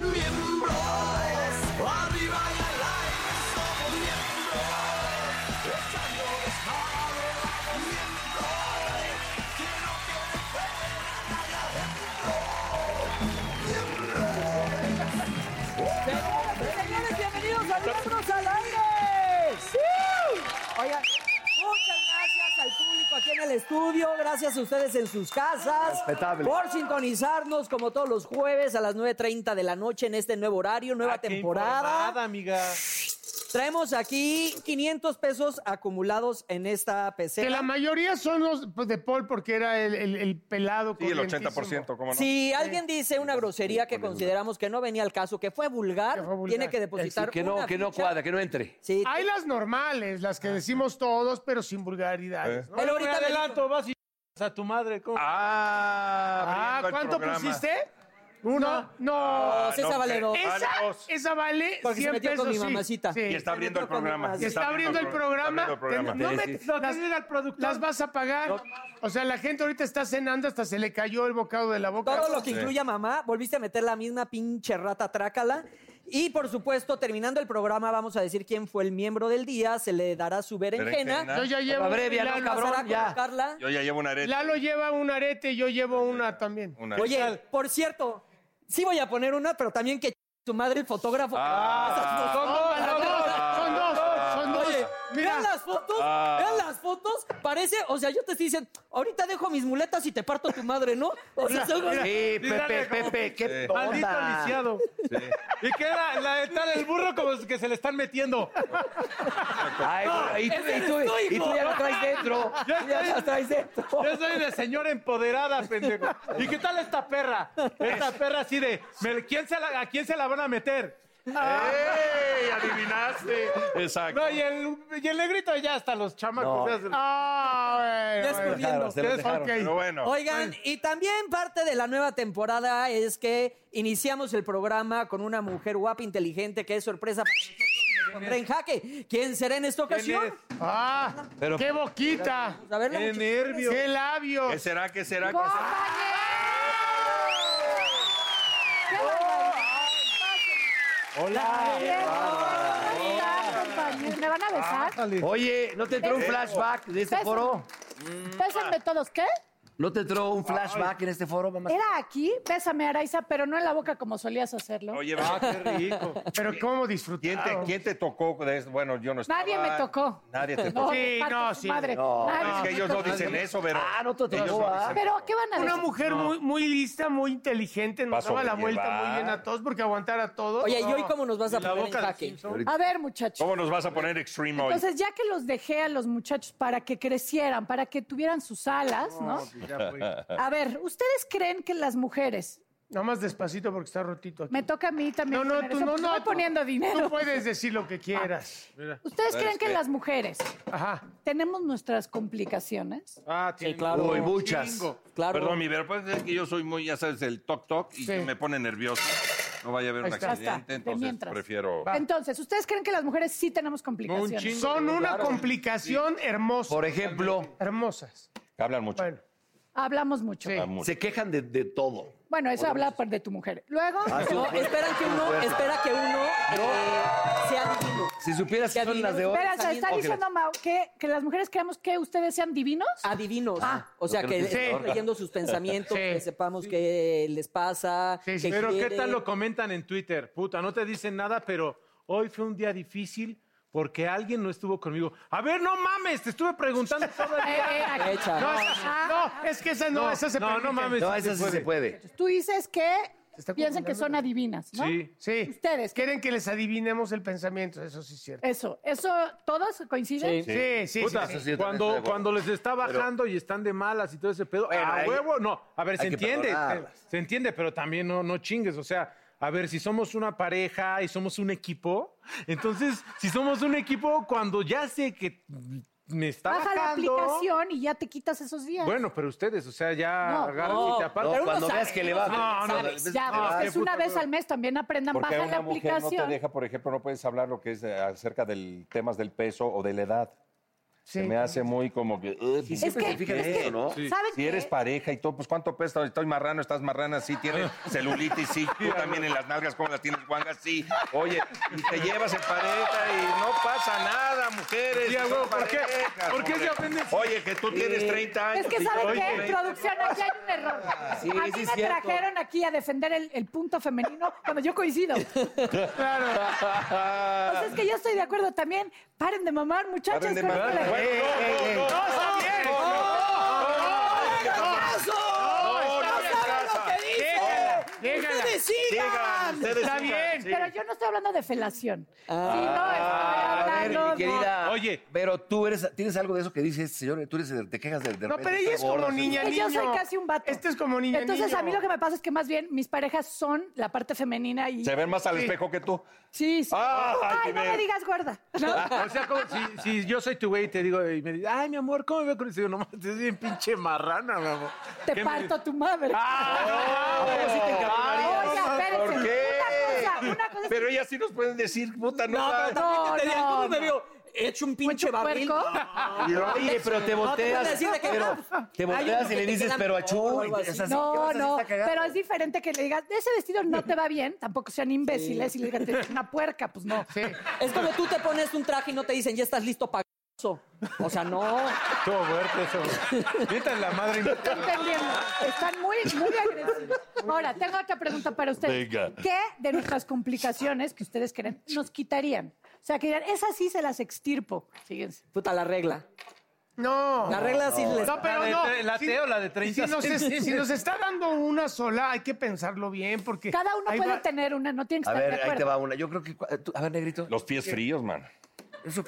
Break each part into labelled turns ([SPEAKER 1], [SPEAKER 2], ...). [SPEAKER 1] Miembros, arriba y al aire somos miembros, echando desmadre, miembros, quiero que me vean allá
[SPEAKER 2] Señores, bienvenidos a Miembros al Aire. Oigan, muchas gracias al público aquí en el estudio, gracias a ustedes en sus casas. Por sintonizarnos como todos los jueves a las 9.30 de la noche en este nuevo horario, nueva
[SPEAKER 3] Ah, qué informada,
[SPEAKER 2] temporada.
[SPEAKER 3] amiga.
[SPEAKER 2] Traemos aquí 500 pesos acumulados en esta pecera.
[SPEAKER 4] Que la mayoría son los pues, de Paul porque era el, el- el pelado.
[SPEAKER 5] Sí, el
[SPEAKER 4] corrientísimo.
[SPEAKER 5] 80%, ¿cómo no?
[SPEAKER 2] Si alguien dice una grosería que consideramos que no venía al caso, que fue vulgar,
[SPEAKER 4] Que fue vulgar.
[SPEAKER 2] tiene que depositar
[SPEAKER 6] Que no,
[SPEAKER 2] una
[SPEAKER 6] que no
[SPEAKER 2] ficha.
[SPEAKER 6] cuadra, que no entre.
[SPEAKER 2] Sí.
[SPEAKER 4] Hay las normales, las
[SPEAKER 5] Ah,
[SPEAKER 4] que decimos todos, pero sin
[SPEAKER 5] Eh.
[SPEAKER 4] vulgaridades. ¿no?
[SPEAKER 2] Pero
[SPEAKER 3] Me
[SPEAKER 2] ahorita
[SPEAKER 3] adelanto, vas y a tu madre. ¿cómo?
[SPEAKER 5] Ah,
[SPEAKER 4] Ah,
[SPEAKER 5] abriendo el
[SPEAKER 4] ¿cuánto
[SPEAKER 5] programa. Ah,
[SPEAKER 4] pusiste? Uno. No.
[SPEAKER 7] Ah,
[SPEAKER 2] No, César
[SPEAKER 5] no,
[SPEAKER 2] Valero.
[SPEAKER 5] que-
[SPEAKER 4] Esa,
[SPEAKER 5] Vale dos.
[SPEAKER 4] esa vale
[SPEAKER 2] Porque se
[SPEAKER 4] 100
[SPEAKER 2] metió con
[SPEAKER 4] pesos.
[SPEAKER 2] mi
[SPEAKER 4] sí.
[SPEAKER 2] mamacita.
[SPEAKER 4] Sí.
[SPEAKER 5] Y está abriendo el programa.
[SPEAKER 2] Está
[SPEAKER 4] Está abriendo el programa.
[SPEAKER 5] Está abriendo el
[SPEAKER 4] No
[SPEAKER 5] programa.
[SPEAKER 4] me- las, las vas a pagar. O sea, la gente ahorita está cenando hasta se le cayó el bocado de la boca.
[SPEAKER 2] Todo lo que incluya mamá, volviste a meter la misma pinche rata trácala. Y por supuesto, terminando el programa, vamos a decir quién fue el miembro del día, se le dará su berenjena.
[SPEAKER 5] Berenjena.
[SPEAKER 4] Yo ya llevo.
[SPEAKER 6] Abrevia, no,
[SPEAKER 4] Lalo-
[SPEAKER 6] cabrón,
[SPEAKER 2] Pasará a
[SPEAKER 6] ya.
[SPEAKER 2] colocarla.
[SPEAKER 5] Yo ya llevo una arete.
[SPEAKER 4] Lalo lleva un arete y yo llevo una también.
[SPEAKER 5] Una
[SPEAKER 2] Oye, por cierto, sí voy a poner una, pero también que su madre el fotógrafo.
[SPEAKER 6] Ah.
[SPEAKER 2] Esas fotos.
[SPEAKER 4] Son dos, son dos, son dos.
[SPEAKER 2] Oye, vean
[SPEAKER 4] Mira,
[SPEAKER 2] las fotos,
[SPEAKER 6] Ah.
[SPEAKER 2] vean las fotos, parece, o sea, yo te estoy diciendo, ahorita dejo mis muletas y te parto tu madre, ¿no? O sea, son-
[SPEAKER 6] Sí, Pepe, Pepe, qué
[SPEAKER 3] Maldito
[SPEAKER 6] onda.
[SPEAKER 3] lisiado. Y queda la, está el burro como que se le están metiendo.
[SPEAKER 6] Ay, güey, y, tú,
[SPEAKER 2] ese
[SPEAKER 6] y tú-
[SPEAKER 2] eres tu
[SPEAKER 6] y tú
[SPEAKER 2] hijo.
[SPEAKER 6] ya lo traes dentro.
[SPEAKER 3] Ya
[SPEAKER 6] Ya
[SPEAKER 3] estoy-
[SPEAKER 6] lo traes dentro.
[SPEAKER 3] Yo soy de señora empoderada, pendejo. ¿Y qué tal esta perra? Esta perra así de, me- ¿quién se la- ¿a quién se la van a meter?
[SPEAKER 5] ¡Ey! Adivinaste. Exacto.
[SPEAKER 3] No, y el, y el negrito ya hasta los chamacos.
[SPEAKER 6] No.
[SPEAKER 3] se hacen-
[SPEAKER 4] Ah,
[SPEAKER 2] Ya
[SPEAKER 4] bueno,
[SPEAKER 2] es
[SPEAKER 4] bueno.
[SPEAKER 2] corriendo.
[SPEAKER 6] Claro, se lo
[SPEAKER 3] ¿Qué es?
[SPEAKER 6] dejaron.
[SPEAKER 4] Ok.
[SPEAKER 5] Pero bueno.
[SPEAKER 2] Oigan, y también parte de la nueva temporada es que iniciamos el programa con una mujer guapa, inteligente, que es sorpresa para nosotros y nos pondrá en jaque. ¿Quién será en esta ocasión?
[SPEAKER 3] es?
[SPEAKER 4] Ah, qué boquita.
[SPEAKER 2] Pues, a ver, la
[SPEAKER 3] ¡Qué
[SPEAKER 2] muchacha.
[SPEAKER 3] nervios!
[SPEAKER 4] Qué labios.
[SPEAKER 5] ¿Qué será? ¿Qué será? ¿Qué será?
[SPEAKER 7] ¿Me van a besar?
[SPEAKER 6] Oye, ¿no te entró un flashback de este foro?
[SPEAKER 7] Bésenme todos, ¿qué?
[SPEAKER 6] ¿No te entró un flashback en este foro, mamá?
[SPEAKER 7] Era aquí, bésame Araiza, pero no en la boca como solías hacerlo.
[SPEAKER 5] Oye, va, qué rico.
[SPEAKER 4] Pero cómo disfruté.
[SPEAKER 5] ¿Quién te, quién te tocó? de esto? Bueno, yo no estaba.
[SPEAKER 7] Nadie me tocó.
[SPEAKER 5] Nadie te
[SPEAKER 7] No,
[SPEAKER 5] tocó.
[SPEAKER 4] Sí,
[SPEAKER 7] me parte
[SPEAKER 4] no,
[SPEAKER 7] su
[SPEAKER 4] sí.
[SPEAKER 7] Madre.
[SPEAKER 6] No,
[SPEAKER 7] Nadie
[SPEAKER 5] Es que
[SPEAKER 7] me
[SPEAKER 5] ellos no
[SPEAKER 7] tocó.
[SPEAKER 5] dicen eso, pero.
[SPEAKER 6] Ah, no te
[SPEAKER 5] Ellos
[SPEAKER 6] tocó, ¿ah?
[SPEAKER 7] Pero, ¿qué van a
[SPEAKER 4] Una
[SPEAKER 7] decir?
[SPEAKER 4] mujer muy, muy lista, muy inteligente,
[SPEAKER 5] Va a
[SPEAKER 4] nos daba la
[SPEAKER 5] sobrellevar.
[SPEAKER 4] vuelta muy bien a todos porque aguantar a todos.
[SPEAKER 2] Oye, ¿y hoy cómo nos vas a
[SPEAKER 3] La
[SPEAKER 2] poner en
[SPEAKER 3] boca de
[SPEAKER 2] jaque? Ah,
[SPEAKER 7] A ver, muchachos.
[SPEAKER 5] ¿Cómo nos vas a poner extreme hoy?
[SPEAKER 7] Entonces, ya que los dejé a los muchachos para que crecieran, para que tuvieran sus alas, ¿no?
[SPEAKER 5] Ah.
[SPEAKER 7] A ver, ¿ustedes creen que las mujeres...
[SPEAKER 4] Nada más despacito porque está rotito aquí.
[SPEAKER 7] Me toca a mí también.
[SPEAKER 4] No, no,
[SPEAKER 7] poner
[SPEAKER 4] tú
[SPEAKER 7] eso,
[SPEAKER 4] no,
[SPEAKER 7] porque
[SPEAKER 4] no.
[SPEAKER 7] Estoy
[SPEAKER 4] tú-
[SPEAKER 7] poniendo dinero.
[SPEAKER 4] Tú puedes decir lo que quieras.
[SPEAKER 7] ¿Ustedes creen que las mujeres
[SPEAKER 4] Ajá.
[SPEAKER 7] tenemos nuestras complicaciones?
[SPEAKER 3] Ah, tiene-
[SPEAKER 2] claro.
[SPEAKER 6] Uy, muchas.
[SPEAKER 2] Claro.
[SPEAKER 5] Perdón, mi ver, puede ser pues, que yo soy muy, ya sabes, el toc toc y
[SPEAKER 4] Sí.
[SPEAKER 5] me pone nervioso. No vaya a haber
[SPEAKER 4] Ahí
[SPEAKER 5] un
[SPEAKER 4] está.
[SPEAKER 7] Ya está,
[SPEAKER 5] accidente,
[SPEAKER 7] de
[SPEAKER 5] entonces
[SPEAKER 7] mientras.
[SPEAKER 5] prefiero.
[SPEAKER 7] Entonces, ¿ustedes creen que las mujeres sí tenemos complicaciones?
[SPEAKER 4] Son una complicación hermosa.
[SPEAKER 6] Por ejemplo,
[SPEAKER 4] Hermosas.
[SPEAKER 5] Hablan mucho.
[SPEAKER 4] Bueno.
[SPEAKER 7] Hablamos mucho.
[SPEAKER 4] Sí.
[SPEAKER 5] mucho.
[SPEAKER 6] se quejan de, de todo.
[SPEAKER 7] Bueno, eso habla pues, de tu mujer. Luego,
[SPEAKER 2] No, esperan que uno, espera que uno eh, sea divino.
[SPEAKER 6] Si supieras que son las de hoy.
[SPEAKER 7] Espera, o sea, está
[SPEAKER 6] Ok,
[SPEAKER 7] diciendo Mau que, que las mujeres creemos que ustedes sean divinos. Ah.
[SPEAKER 2] Adivinos. ah, o sea,
[SPEAKER 6] Yo
[SPEAKER 2] que
[SPEAKER 6] creo que sí.
[SPEAKER 2] estemos leyendo sus pensamientos,
[SPEAKER 4] Sí.
[SPEAKER 2] que sepamos qué les pasa. qué
[SPEAKER 3] Pero ¿qué
[SPEAKER 2] quieren.
[SPEAKER 3] tal lo comentan en Twitter? Puta, no te dicen nada, pero hoy fue un día difícil porque alguien no estuvo conmigo. A ver, no mames, te estuve preguntando todo el día.
[SPEAKER 7] Eh, eh, aquí.
[SPEAKER 2] Echa.
[SPEAKER 4] No, esa-
[SPEAKER 7] Ah.
[SPEAKER 4] no, es que esa no, esa se
[SPEAKER 3] no,
[SPEAKER 4] permite.
[SPEAKER 3] no mames.
[SPEAKER 6] No, esa sí se puede.
[SPEAKER 7] Tú dices que
[SPEAKER 4] está
[SPEAKER 7] piensan que
[SPEAKER 4] confundiendo.
[SPEAKER 7] son adivinas, ¿no?
[SPEAKER 3] Sí.
[SPEAKER 4] Sí.
[SPEAKER 7] Ustedes.
[SPEAKER 4] Quieren que les adivinemos el pensamiento, eso sí es cierto.
[SPEAKER 7] Eso, eso, ¿todos coinciden?
[SPEAKER 4] Sí, sí, sí.
[SPEAKER 3] Puta,
[SPEAKER 4] sí.
[SPEAKER 6] eso sí, yo también estoy de
[SPEAKER 3] cuando,
[SPEAKER 6] acuerdo.
[SPEAKER 3] cuando les está bajando y están de malas y todo ese pedo,
[SPEAKER 6] Bueno,
[SPEAKER 3] a
[SPEAKER 6] hay-
[SPEAKER 3] huevo, no. A ver, se
[SPEAKER 6] hay que
[SPEAKER 3] entiende.
[SPEAKER 6] perdonarlas.
[SPEAKER 3] Se, se entiende, pero también no, no chingues. O sea, a ver, si somos una pareja y somos un equipo, entonces, si somos un equipo, cuando ya sé que me está
[SPEAKER 7] Baja la
[SPEAKER 3] bajando.
[SPEAKER 7] aplicación y ya te quitas esos días.
[SPEAKER 3] Bueno, pero ustedes, o sea, ya
[SPEAKER 7] No,
[SPEAKER 3] agarran
[SPEAKER 2] no,
[SPEAKER 3] y te
[SPEAKER 6] No,
[SPEAKER 3] apartan.
[SPEAKER 6] cuando veas que le va.
[SPEAKER 3] No, no,
[SPEAKER 6] cuando
[SPEAKER 7] ya,
[SPEAKER 6] ves que le
[SPEAKER 3] no,
[SPEAKER 6] va-
[SPEAKER 7] es
[SPEAKER 3] ah, qué
[SPEAKER 7] una
[SPEAKER 3] puta
[SPEAKER 7] vez
[SPEAKER 3] madre.
[SPEAKER 7] al mes también aprendan,
[SPEAKER 5] Porque
[SPEAKER 7] baja la
[SPEAKER 5] una mujer no te
[SPEAKER 7] aplicación.
[SPEAKER 5] deja, por ejemplo, no puedes hablar lo que es eh, acerca del temas del peso o de la edad. Se me hace muy como que. "Ugh,
[SPEAKER 6] Y siempre
[SPEAKER 7] que-
[SPEAKER 6] se fijan
[SPEAKER 7] es
[SPEAKER 6] en
[SPEAKER 7] que-
[SPEAKER 6] eso, ¿no?
[SPEAKER 7] ¿Saben
[SPEAKER 5] Si eres
[SPEAKER 7] qué?
[SPEAKER 5] pareja y todo, pues ¿cuánto pesa? Estoy marrano, estás marrana, sí, tienes celulitis, sí, tú también en las nalgas, ¿cómo las tienes, guangas? Sí, oye, y te llevas en pareja y no pasa nada, mujeres.
[SPEAKER 3] Sí, a
[SPEAKER 5] son
[SPEAKER 3] huevo, ¿por qué?
[SPEAKER 5] parejas,
[SPEAKER 3] ¿Por qué
[SPEAKER 5] hombre.
[SPEAKER 3] se ofenden si-
[SPEAKER 5] Oye, que tú tienes 30 años.
[SPEAKER 7] Es que
[SPEAKER 5] y yo
[SPEAKER 7] saben
[SPEAKER 5] tengo
[SPEAKER 7] que
[SPEAKER 5] 20.
[SPEAKER 7] producción aquí hay un error.
[SPEAKER 6] Sí,
[SPEAKER 7] a mí
[SPEAKER 6] sí es
[SPEAKER 7] me
[SPEAKER 6] cierto.
[SPEAKER 7] trajeron aquí a defender el, el punto femenino cuando yo coincido. claro. Pues es que yo estoy de acuerdo también. Paren de mamar, muchachos.
[SPEAKER 5] Paren de
[SPEAKER 7] con
[SPEAKER 5] mamar.
[SPEAKER 7] la-
[SPEAKER 5] Bueno,
[SPEAKER 4] Llégala.
[SPEAKER 5] Llegan ustedes
[SPEAKER 4] Está
[SPEAKER 5] una.
[SPEAKER 4] bien.
[SPEAKER 7] Pero yo no estoy hablando de felación.
[SPEAKER 6] Ah, A
[SPEAKER 7] sí, no
[SPEAKER 6] ver,
[SPEAKER 7] estoy hablando
[SPEAKER 6] mi querida.
[SPEAKER 3] Oye.
[SPEAKER 6] Pero tú eres, tienes algo de eso que dices, señor, tú eres, de- te quejas de, de
[SPEAKER 4] No,
[SPEAKER 6] repente,
[SPEAKER 4] pero ella
[SPEAKER 6] está
[SPEAKER 4] es como
[SPEAKER 6] gorda,
[SPEAKER 4] niña,
[SPEAKER 7] Es que
[SPEAKER 4] niño.
[SPEAKER 7] yo soy casi un vato.
[SPEAKER 4] Este es como niña,
[SPEAKER 7] Entonces,
[SPEAKER 4] niño.
[SPEAKER 7] a mí lo que me pasa es que más bien mis parejas son la parte femenina y.
[SPEAKER 5] Se ven más al espejo que tú.
[SPEAKER 7] Sí, sí.
[SPEAKER 5] Ah, hay
[SPEAKER 7] Ay,
[SPEAKER 5] que
[SPEAKER 7] no
[SPEAKER 5] ver.
[SPEAKER 7] me digas gorda. ¿no?
[SPEAKER 3] O sea, como si, si yo soy tu güey y te digo, y me dices, ay, mi amor, ¿cómo me veo con ese? Digo, No, mames, es bien pinche marrana, mi amor.
[SPEAKER 7] Te
[SPEAKER 3] ¿Qué me-
[SPEAKER 7] parto tu madre.
[SPEAKER 3] ¡Ah, no!
[SPEAKER 7] Oye, espérense.
[SPEAKER 5] ¿Por qué?
[SPEAKER 7] Una cosa, una cosa es
[SPEAKER 5] Pero ellas sí nos pueden decir, puta, no,
[SPEAKER 2] No, pero
[SPEAKER 5] sabes.
[SPEAKER 2] también que te digan,
[SPEAKER 7] no,
[SPEAKER 2] ¿cómo me
[SPEAKER 7] no.
[SPEAKER 2] veo? Hecho un pinche barril.
[SPEAKER 7] puerco.
[SPEAKER 6] Oye, pero
[SPEAKER 2] puedes
[SPEAKER 6] te volteas.
[SPEAKER 2] decir de qué-
[SPEAKER 6] pero te
[SPEAKER 2] Hay unos
[SPEAKER 6] volteas y
[SPEAKER 2] que
[SPEAKER 6] le
[SPEAKER 2] te
[SPEAKER 6] dices,
[SPEAKER 2] quedan
[SPEAKER 6] pero a
[SPEAKER 2] peor o
[SPEAKER 6] Chu.
[SPEAKER 4] Ah,
[SPEAKER 2] algo
[SPEAKER 4] pues,
[SPEAKER 2] así.
[SPEAKER 6] es así, ¿qué
[SPEAKER 7] No,
[SPEAKER 6] vas a hacer?
[SPEAKER 7] no,
[SPEAKER 6] Está cagada.
[SPEAKER 7] pero es diferente que le digas, ese vestido no te va bien, tampoco sean imbéciles y le digan, "Eres una puerca, pues no.
[SPEAKER 2] Es como tú te pones un traje y no te dicen, ya estás listo para eso. O sea, no.
[SPEAKER 3] Estuvo fuerte eso. Mientras la madre.
[SPEAKER 7] Estoy entendiendo. Están muy, muy agresivos. Ahora, tengo otra pregunta para ustedes.
[SPEAKER 5] Venga.
[SPEAKER 7] ¿Qué de nuestras complicaciones que ustedes creen nos quitarían? O sea, que dirán, esas sí se las extirpo. Fíjense.
[SPEAKER 2] Puta, la regla.
[SPEAKER 4] No.
[SPEAKER 2] La regla sí les...
[SPEAKER 4] No, pero
[SPEAKER 3] ¿La de
[SPEAKER 4] no.
[SPEAKER 3] tre- la
[SPEAKER 4] Sí,
[SPEAKER 3] T o la de 30
[SPEAKER 4] Si nos, es-
[SPEAKER 3] centímetros?
[SPEAKER 4] si nos está dando una sola, hay que pensarlo bien porque...
[SPEAKER 7] Cada uno
[SPEAKER 4] ahí
[SPEAKER 7] puede
[SPEAKER 4] va-
[SPEAKER 7] tener una, no tienen que
[SPEAKER 6] A
[SPEAKER 7] estar de
[SPEAKER 6] ver, ahí te
[SPEAKER 7] acuerdo.
[SPEAKER 6] va una. Yo creo que. cua- tú- A ver, negrito.
[SPEAKER 5] Los pies fríos, man.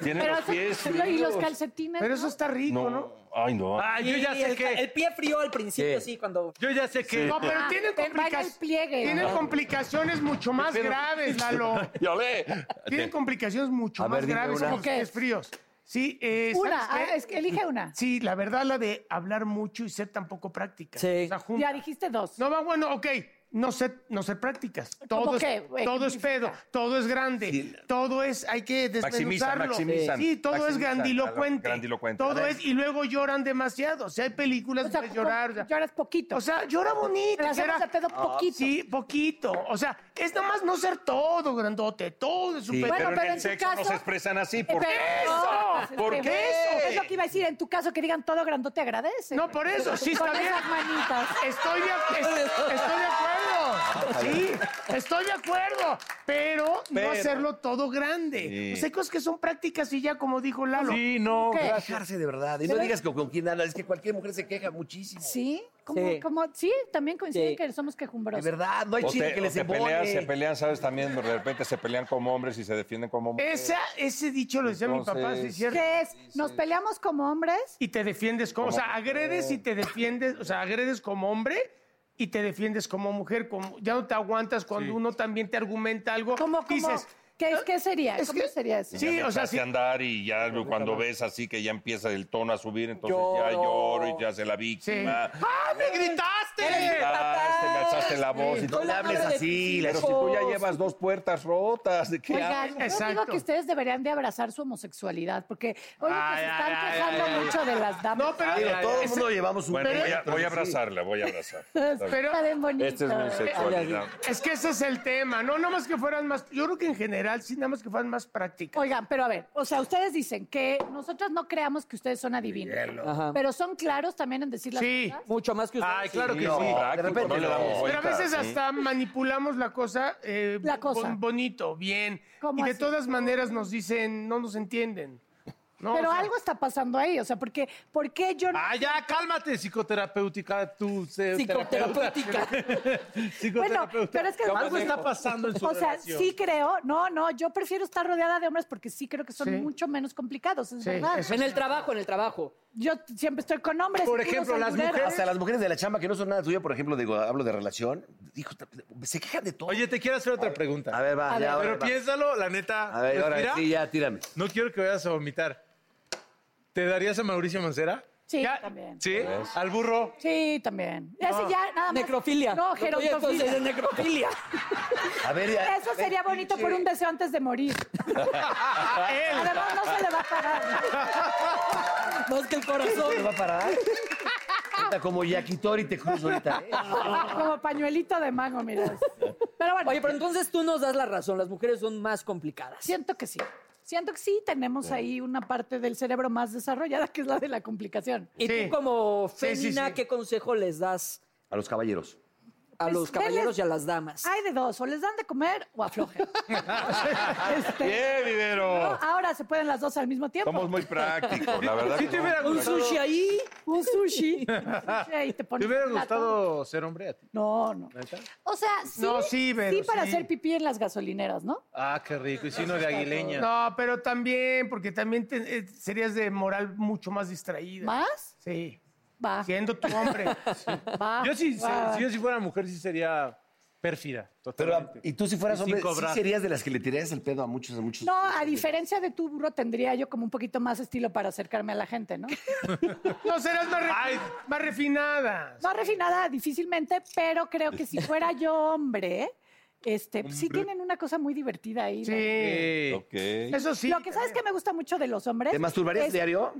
[SPEAKER 5] Tienen
[SPEAKER 7] Pero
[SPEAKER 5] los
[SPEAKER 7] eso-
[SPEAKER 5] pies
[SPEAKER 7] y los
[SPEAKER 5] fríos.
[SPEAKER 7] calcetines.
[SPEAKER 4] Pero
[SPEAKER 7] ¿no?
[SPEAKER 4] eso está rico, ¿no? No,
[SPEAKER 5] No, ay, no.
[SPEAKER 3] Ay, yo ya
[SPEAKER 2] Y
[SPEAKER 3] sé
[SPEAKER 2] el,
[SPEAKER 3] que.
[SPEAKER 2] el pie frío al principio,
[SPEAKER 6] Sí.
[SPEAKER 2] sí, cuando...
[SPEAKER 3] Yo ya sé que.
[SPEAKER 4] pero
[SPEAKER 7] Ah,
[SPEAKER 4] tienen
[SPEAKER 7] te va en el
[SPEAKER 4] complicaciones...
[SPEAKER 7] pliegue.
[SPEAKER 4] Tienen complicaciones mucho más graves, Lalo.
[SPEAKER 5] Yo le.
[SPEAKER 4] Tienen complicaciones mucho
[SPEAKER 6] A
[SPEAKER 4] más
[SPEAKER 6] ver, dime
[SPEAKER 4] graves
[SPEAKER 6] una.
[SPEAKER 4] como
[SPEAKER 7] ¿Qué?
[SPEAKER 4] que es fríos. Sí, eh,
[SPEAKER 7] Una,
[SPEAKER 4] ¿sabes qué?
[SPEAKER 7] ah, es que elige una.
[SPEAKER 4] Sí, la verdad, la de hablar mucho y ser tan poco práctica.
[SPEAKER 2] Sí.
[SPEAKER 4] O sea, junta.
[SPEAKER 7] Ya dijiste dos.
[SPEAKER 4] No va bueno, ok. No sé, no sé prácticas.
[SPEAKER 7] ¿Cómo
[SPEAKER 4] Todo es,
[SPEAKER 7] qué?
[SPEAKER 4] todo es pedo, todo es grande, todo es, hay que
[SPEAKER 5] Maximizan,
[SPEAKER 4] desmenuzarlo.
[SPEAKER 5] maximizan,
[SPEAKER 4] sí, todo es
[SPEAKER 5] maximizan,
[SPEAKER 4] grandilocuente.
[SPEAKER 5] grandilocuente.
[SPEAKER 4] Todo
[SPEAKER 5] A ver.
[SPEAKER 4] es, y luego lloran demasiado. O sea, hay películas
[SPEAKER 7] O sea,
[SPEAKER 4] donde llorar. o sea,
[SPEAKER 7] lloras poquito.
[SPEAKER 4] o sea, llora bonito.
[SPEAKER 7] Pero hacemos
[SPEAKER 4] llora-
[SPEAKER 7] de pedo
[SPEAKER 5] Ah,
[SPEAKER 7] poquito.
[SPEAKER 4] Sí, poquito. O sea, es nomás no ser todo grandote, todo es súper.
[SPEAKER 7] Bueno,
[SPEAKER 5] pero,
[SPEAKER 7] pero
[SPEAKER 5] en
[SPEAKER 7] en
[SPEAKER 5] el
[SPEAKER 7] tu
[SPEAKER 5] sexo
[SPEAKER 7] caso-
[SPEAKER 5] no se expresan así.
[SPEAKER 7] Eh,
[SPEAKER 5] ¿Por qué?
[SPEAKER 7] pero- no, pues es
[SPEAKER 5] ¿Por
[SPEAKER 7] que-
[SPEAKER 5] qué?
[SPEAKER 7] Es lo que iba a decir. En tu caso, que digan todo grandote agradece.
[SPEAKER 4] No, por eso, sí
[SPEAKER 7] Con
[SPEAKER 4] está bien.
[SPEAKER 7] esas manitas.
[SPEAKER 4] Estoy de, ac- es- estoy de
[SPEAKER 5] Ah,
[SPEAKER 4] acuerdo. Sí, estoy de acuerdo. Pero, no hacerlo todo grande. Pues hay cosas que son prácticas y ya, como dijo Lalo.
[SPEAKER 3] Sí, no.
[SPEAKER 7] ¿Qué?
[SPEAKER 6] Quejarse de verdad. Y no digas que con quién andas. Es que cualquier mujer se queja muchísimo.
[SPEAKER 7] Sí, como,
[SPEAKER 2] Sí.
[SPEAKER 7] como, sí, también coincide
[SPEAKER 2] Sí.
[SPEAKER 7] que somos
[SPEAKER 6] De
[SPEAKER 7] quejumbrosos.
[SPEAKER 6] verdad, no hay
[SPEAKER 5] O
[SPEAKER 6] chile
[SPEAKER 5] te-
[SPEAKER 6] que
[SPEAKER 5] o
[SPEAKER 6] les
[SPEAKER 5] se pelean, se
[SPEAKER 6] embone.
[SPEAKER 5] pelean, ¿sabes? También de repente se pelean como hombres y se defienden como mujeres.
[SPEAKER 4] Esa, ese dicho lo decía mi papá, sí es
[SPEAKER 5] Entonces-
[SPEAKER 4] cierto.
[SPEAKER 7] ¿Qué es? ¿Nos peleamos como hombres?
[SPEAKER 4] Y te defiendes como, o sea, agredes y te defiendes, o sea, agredes como hombre y te defiendes como mujer, como ya no te aguantas cuando uno también te argumenta algo.
[SPEAKER 7] ¿Cómo, cómo?
[SPEAKER 4] Dices,
[SPEAKER 7] ¿Qué, qué sería?
[SPEAKER 4] es
[SPEAKER 7] ¿Cómo
[SPEAKER 4] que-
[SPEAKER 7] sería eso?
[SPEAKER 4] Sí, o sea,
[SPEAKER 5] Hace
[SPEAKER 4] sí.
[SPEAKER 5] andar y ya cuando ves así que ya empieza el tono a subir, entonces ya
[SPEAKER 2] Lloro.
[SPEAKER 5] lloro y ya se la víctima.
[SPEAKER 4] ¡Ah, me gritaste!
[SPEAKER 5] Gritaste, me alzaste la voz y
[SPEAKER 6] No
[SPEAKER 5] todo.
[SPEAKER 6] le hables así.
[SPEAKER 5] Pero si tú ya llevas dos puertas rotas, ¿de qué
[SPEAKER 7] Oigan,
[SPEAKER 5] hablas?
[SPEAKER 7] yo digo
[SPEAKER 4] Exacto.
[SPEAKER 7] que ustedes deberían de abrazar su homosexualidad, porque oye, que se están
[SPEAKER 3] ay,
[SPEAKER 7] quejando mucho de las damas.
[SPEAKER 4] No, pero
[SPEAKER 6] Digo, todo el mundo llevamos un
[SPEAKER 5] Ah, Bueno, voy a,
[SPEAKER 6] proyecto,
[SPEAKER 5] voy a
[SPEAKER 6] sí.
[SPEAKER 5] abrazarla, voy a abrazar.
[SPEAKER 4] pero-
[SPEAKER 7] Está bien bonito.
[SPEAKER 5] Este Esta es mi sexualidad.
[SPEAKER 4] Es que ese es el tema, no, no más que fueran más. Yo creo que en general, sí, nada más que fueran más prácticas.
[SPEAKER 7] Oigan, pero a ver, o sea, ustedes dicen que nosotros no creamos que ustedes son adivinos,
[SPEAKER 2] Ajá.
[SPEAKER 7] pero son claros también en decir las
[SPEAKER 4] Sí.
[SPEAKER 7] cosas.
[SPEAKER 2] Mucho más que ustedes.
[SPEAKER 3] Ay, claro que
[SPEAKER 5] No,
[SPEAKER 3] sí.
[SPEAKER 5] práctico, no le damos
[SPEAKER 4] Pero a
[SPEAKER 5] vuelta,
[SPEAKER 4] veces
[SPEAKER 5] ¿sí?
[SPEAKER 4] hasta manipulamos la cosa, eh,
[SPEAKER 7] La cosa.
[SPEAKER 4] bon- bonito, bien.
[SPEAKER 7] ¿Cómo
[SPEAKER 4] Y de
[SPEAKER 7] así?
[SPEAKER 4] todas maneras nos dicen, no nos entienden. No,
[SPEAKER 7] Pero
[SPEAKER 4] o sea,
[SPEAKER 7] algo está pasando ahí, o sea, porque ¿por qué yo no?
[SPEAKER 3] Ah, ya, cálmate, psicoterapéutica, tú, se- terapeuta.
[SPEAKER 2] Psicoterapéutica.
[SPEAKER 3] psicoterapeuta.
[SPEAKER 7] Bueno, pero es que-
[SPEAKER 3] algo está pasando en su
[SPEAKER 7] O sea,
[SPEAKER 3] relación.
[SPEAKER 7] sí creo, no, no, yo prefiero estar rodeada de hombres porque sí creo que son
[SPEAKER 4] Sí.
[SPEAKER 7] mucho menos complicados, es
[SPEAKER 4] Sí,
[SPEAKER 7] verdad.
[SPEAKER 4] eso
[SPEAKER 2] En el trabajo, en el trabajo.
[SPEAKER 7] Yo siempre estoy con hombres.
[SPEAKER 3] Por
[SPEAKER 7] y digo,
[SPEAKER 3] ejemplo, las
[SPEAKER 7] saludero.
[SPEAKER 3] mujeres-
[SPEAKER 6] Hasta las mujeres de la chamba que no son nada tuya, por ejemplo, digo, hablo de relación, hijo, se quejan de todo.
[SPEAKER 3] Oye, te quiero hacer otra pregunta.
[SPEAKER 6] a ver, va,
[SPEAKER 7] A ver,
[SPEAKER 6] Ah, ya, ahora,
[SPEAKER 3] pero
[SPEAKER 6] va.
[SPEAKER 3] piénsalo, la neta.
[SPEAKER 6] A ver, ahora
[SPEAKER 3] respira.
[SPEAKER 6] sí, ya, tírame.
[SPEAKER 3] No quiero que vayas a vomitar. ¿Te darías a Mauricio Mancera?
[SPEAKER 7] Sí,
[SPEAKER 4] Ya-
[SPEAKER 7] también.
[SPEAKER 3] ¿Sí? ¿Al burro?
[SPEAKER 7] Sí, también. Ese ya, nada más.
[SPEAKER 2] Necrofilia.
[SPEAKER 7] No,
[SPEAKER 2] Oye, Entonces es
[SPEAKER 7] gerontofilia.
[SPEAKER 2] necrofilia.
[SPEAKER 6] A ver, ya.
[SPEAKER 7] Eso sería bonito por un deseo antes de morir.
[SPEAKER 4] él.
[SPEAKER 7] Además, no se le va a parar.
[SPEAKER 2] Más que el corazón.
[SPEAKER 6] ¿Te va a parar? Puta, como Yakitori te cruzo ahorita. ¿eh?
[SPEAKER 7] Como pañuelito de mago, mira. Pero bueno,
[SPEAKER 2] Oye, pero entonces tú nos das la razón. Las mujeres son más complicadas.
[SPEAKER 7] siento que sí. Siento que sí tenemos ahí una parte del cerebro más desarrollada, que es la de la complicación.
[SPEAKER 2] Y
[SPEAKER 4] Sí.
[SPEAKER 2] tú como
[SPEAKER 4] Sí,
[SPEAKER 2] femina,
[SPEAKER 4] sí, sí.
[SPEAKER 2] ¿qué consejo les das
[SPEAKER 6] A los caballeros.
[SPEAKER 2] a
[SPEAKER 7] Pues,
[SPEAKER 2] los caballeros
[SPEAKER 7] denles-
[SPEAKER 2] y a las damas?
[SPEAKER 7] Hay de dos, o les dan de comer o aflojen. Este,
[SPEAKER 5] Bien,
[SPEAKER 7] ¿no?
[SPEAKER 5] Vivero.
[SPEAKER 7] Ahora se pueden las dos al mismo tiempo.
[SPEAKER 5] Oh. Somos muy prácticos, la verdad.
[SPEAKER 3] Sí,
[SPEAKER 5] que
[SPEAKER 3] te
[SPEAKER 5] no.
[SPEAKER 3] hubiera
[SPEAKER 2] Un
[SPEAKER 3] gustado,
[SPEAKER 2] sushi ahí, un sushi.
[SPEAKER 7] Sí, ahí te pones
[SPEAKER 3] ¿te hubiera
[SPEAKER 7] un plato.
[SPEAKER 3] gustado ser hombre a ti.
[SPEAKER 7] No, no. O sea, sí,
[SPEAKER 4] No, sí, Vero,
[SPEAKER 7] sí para
[SPEAKER 4] sí.
[SPEAKER 7] hacer pipí en las gasolineras, ¿no?
[SPEAKER 3] Ah, qué rico. Y si no de aguileña.
[SPEAKER 4] No, pero también, porque también te- eh, serías de moral mucho más distraída.
[SPEAKER 7] ¿Más?
[SPEAKER 4] Sí.
[SPEAKER 7] Va.
[SPEAKER 4] Siendo tu hombre. Sí.
[SPEAKER 7] va,
[SPEAKER 3] Yo sí,
[SPEAKER 7] va.
[SPEAKER 3] si yo si fuera mujer, sí sería pérfida.
[SPEAKER 6] Pero,
[SPEAKER 3] Totalmente.
[SPEAKER 6] y tú si fueras
[SPEAKER 3] Y sin
[SPEAKER 6] hombre, ¿sí
[SPEAKER 3] cobrar.
[SPEAKER 6] serías de las que le tirarías el pedo a muchos, a muchos.
[SPEAKER 7] No, a diferencia de tu burro, tendría yo como un poquito más estilo para acercarme a la gente, ¿no?
[SPEAKER 4] No, serás más, refi-
[SPEAKER 3] Ay.
[SPEAKER 4] más refinada.
[SPEAKER 7] No refinada, difícilmente, pero creo que si fuera yo hombre, este, pues sí tienen una cosa muy divertida ahí.
[SPEAKER 4] Sí.
[SPEAKER 7] ¿no?
[SPEAKER 3] Sí.
[SPEAKER 5] Ok.
[SPEAKER 4] Eso sí.
[SPEAKER 7] Lo que sabes que me gusta mucho de los hombres.
[SPEAKER 6] ¿Te masturbarías
[SPEAKER 7] es-
[SPEAKER 6] diario?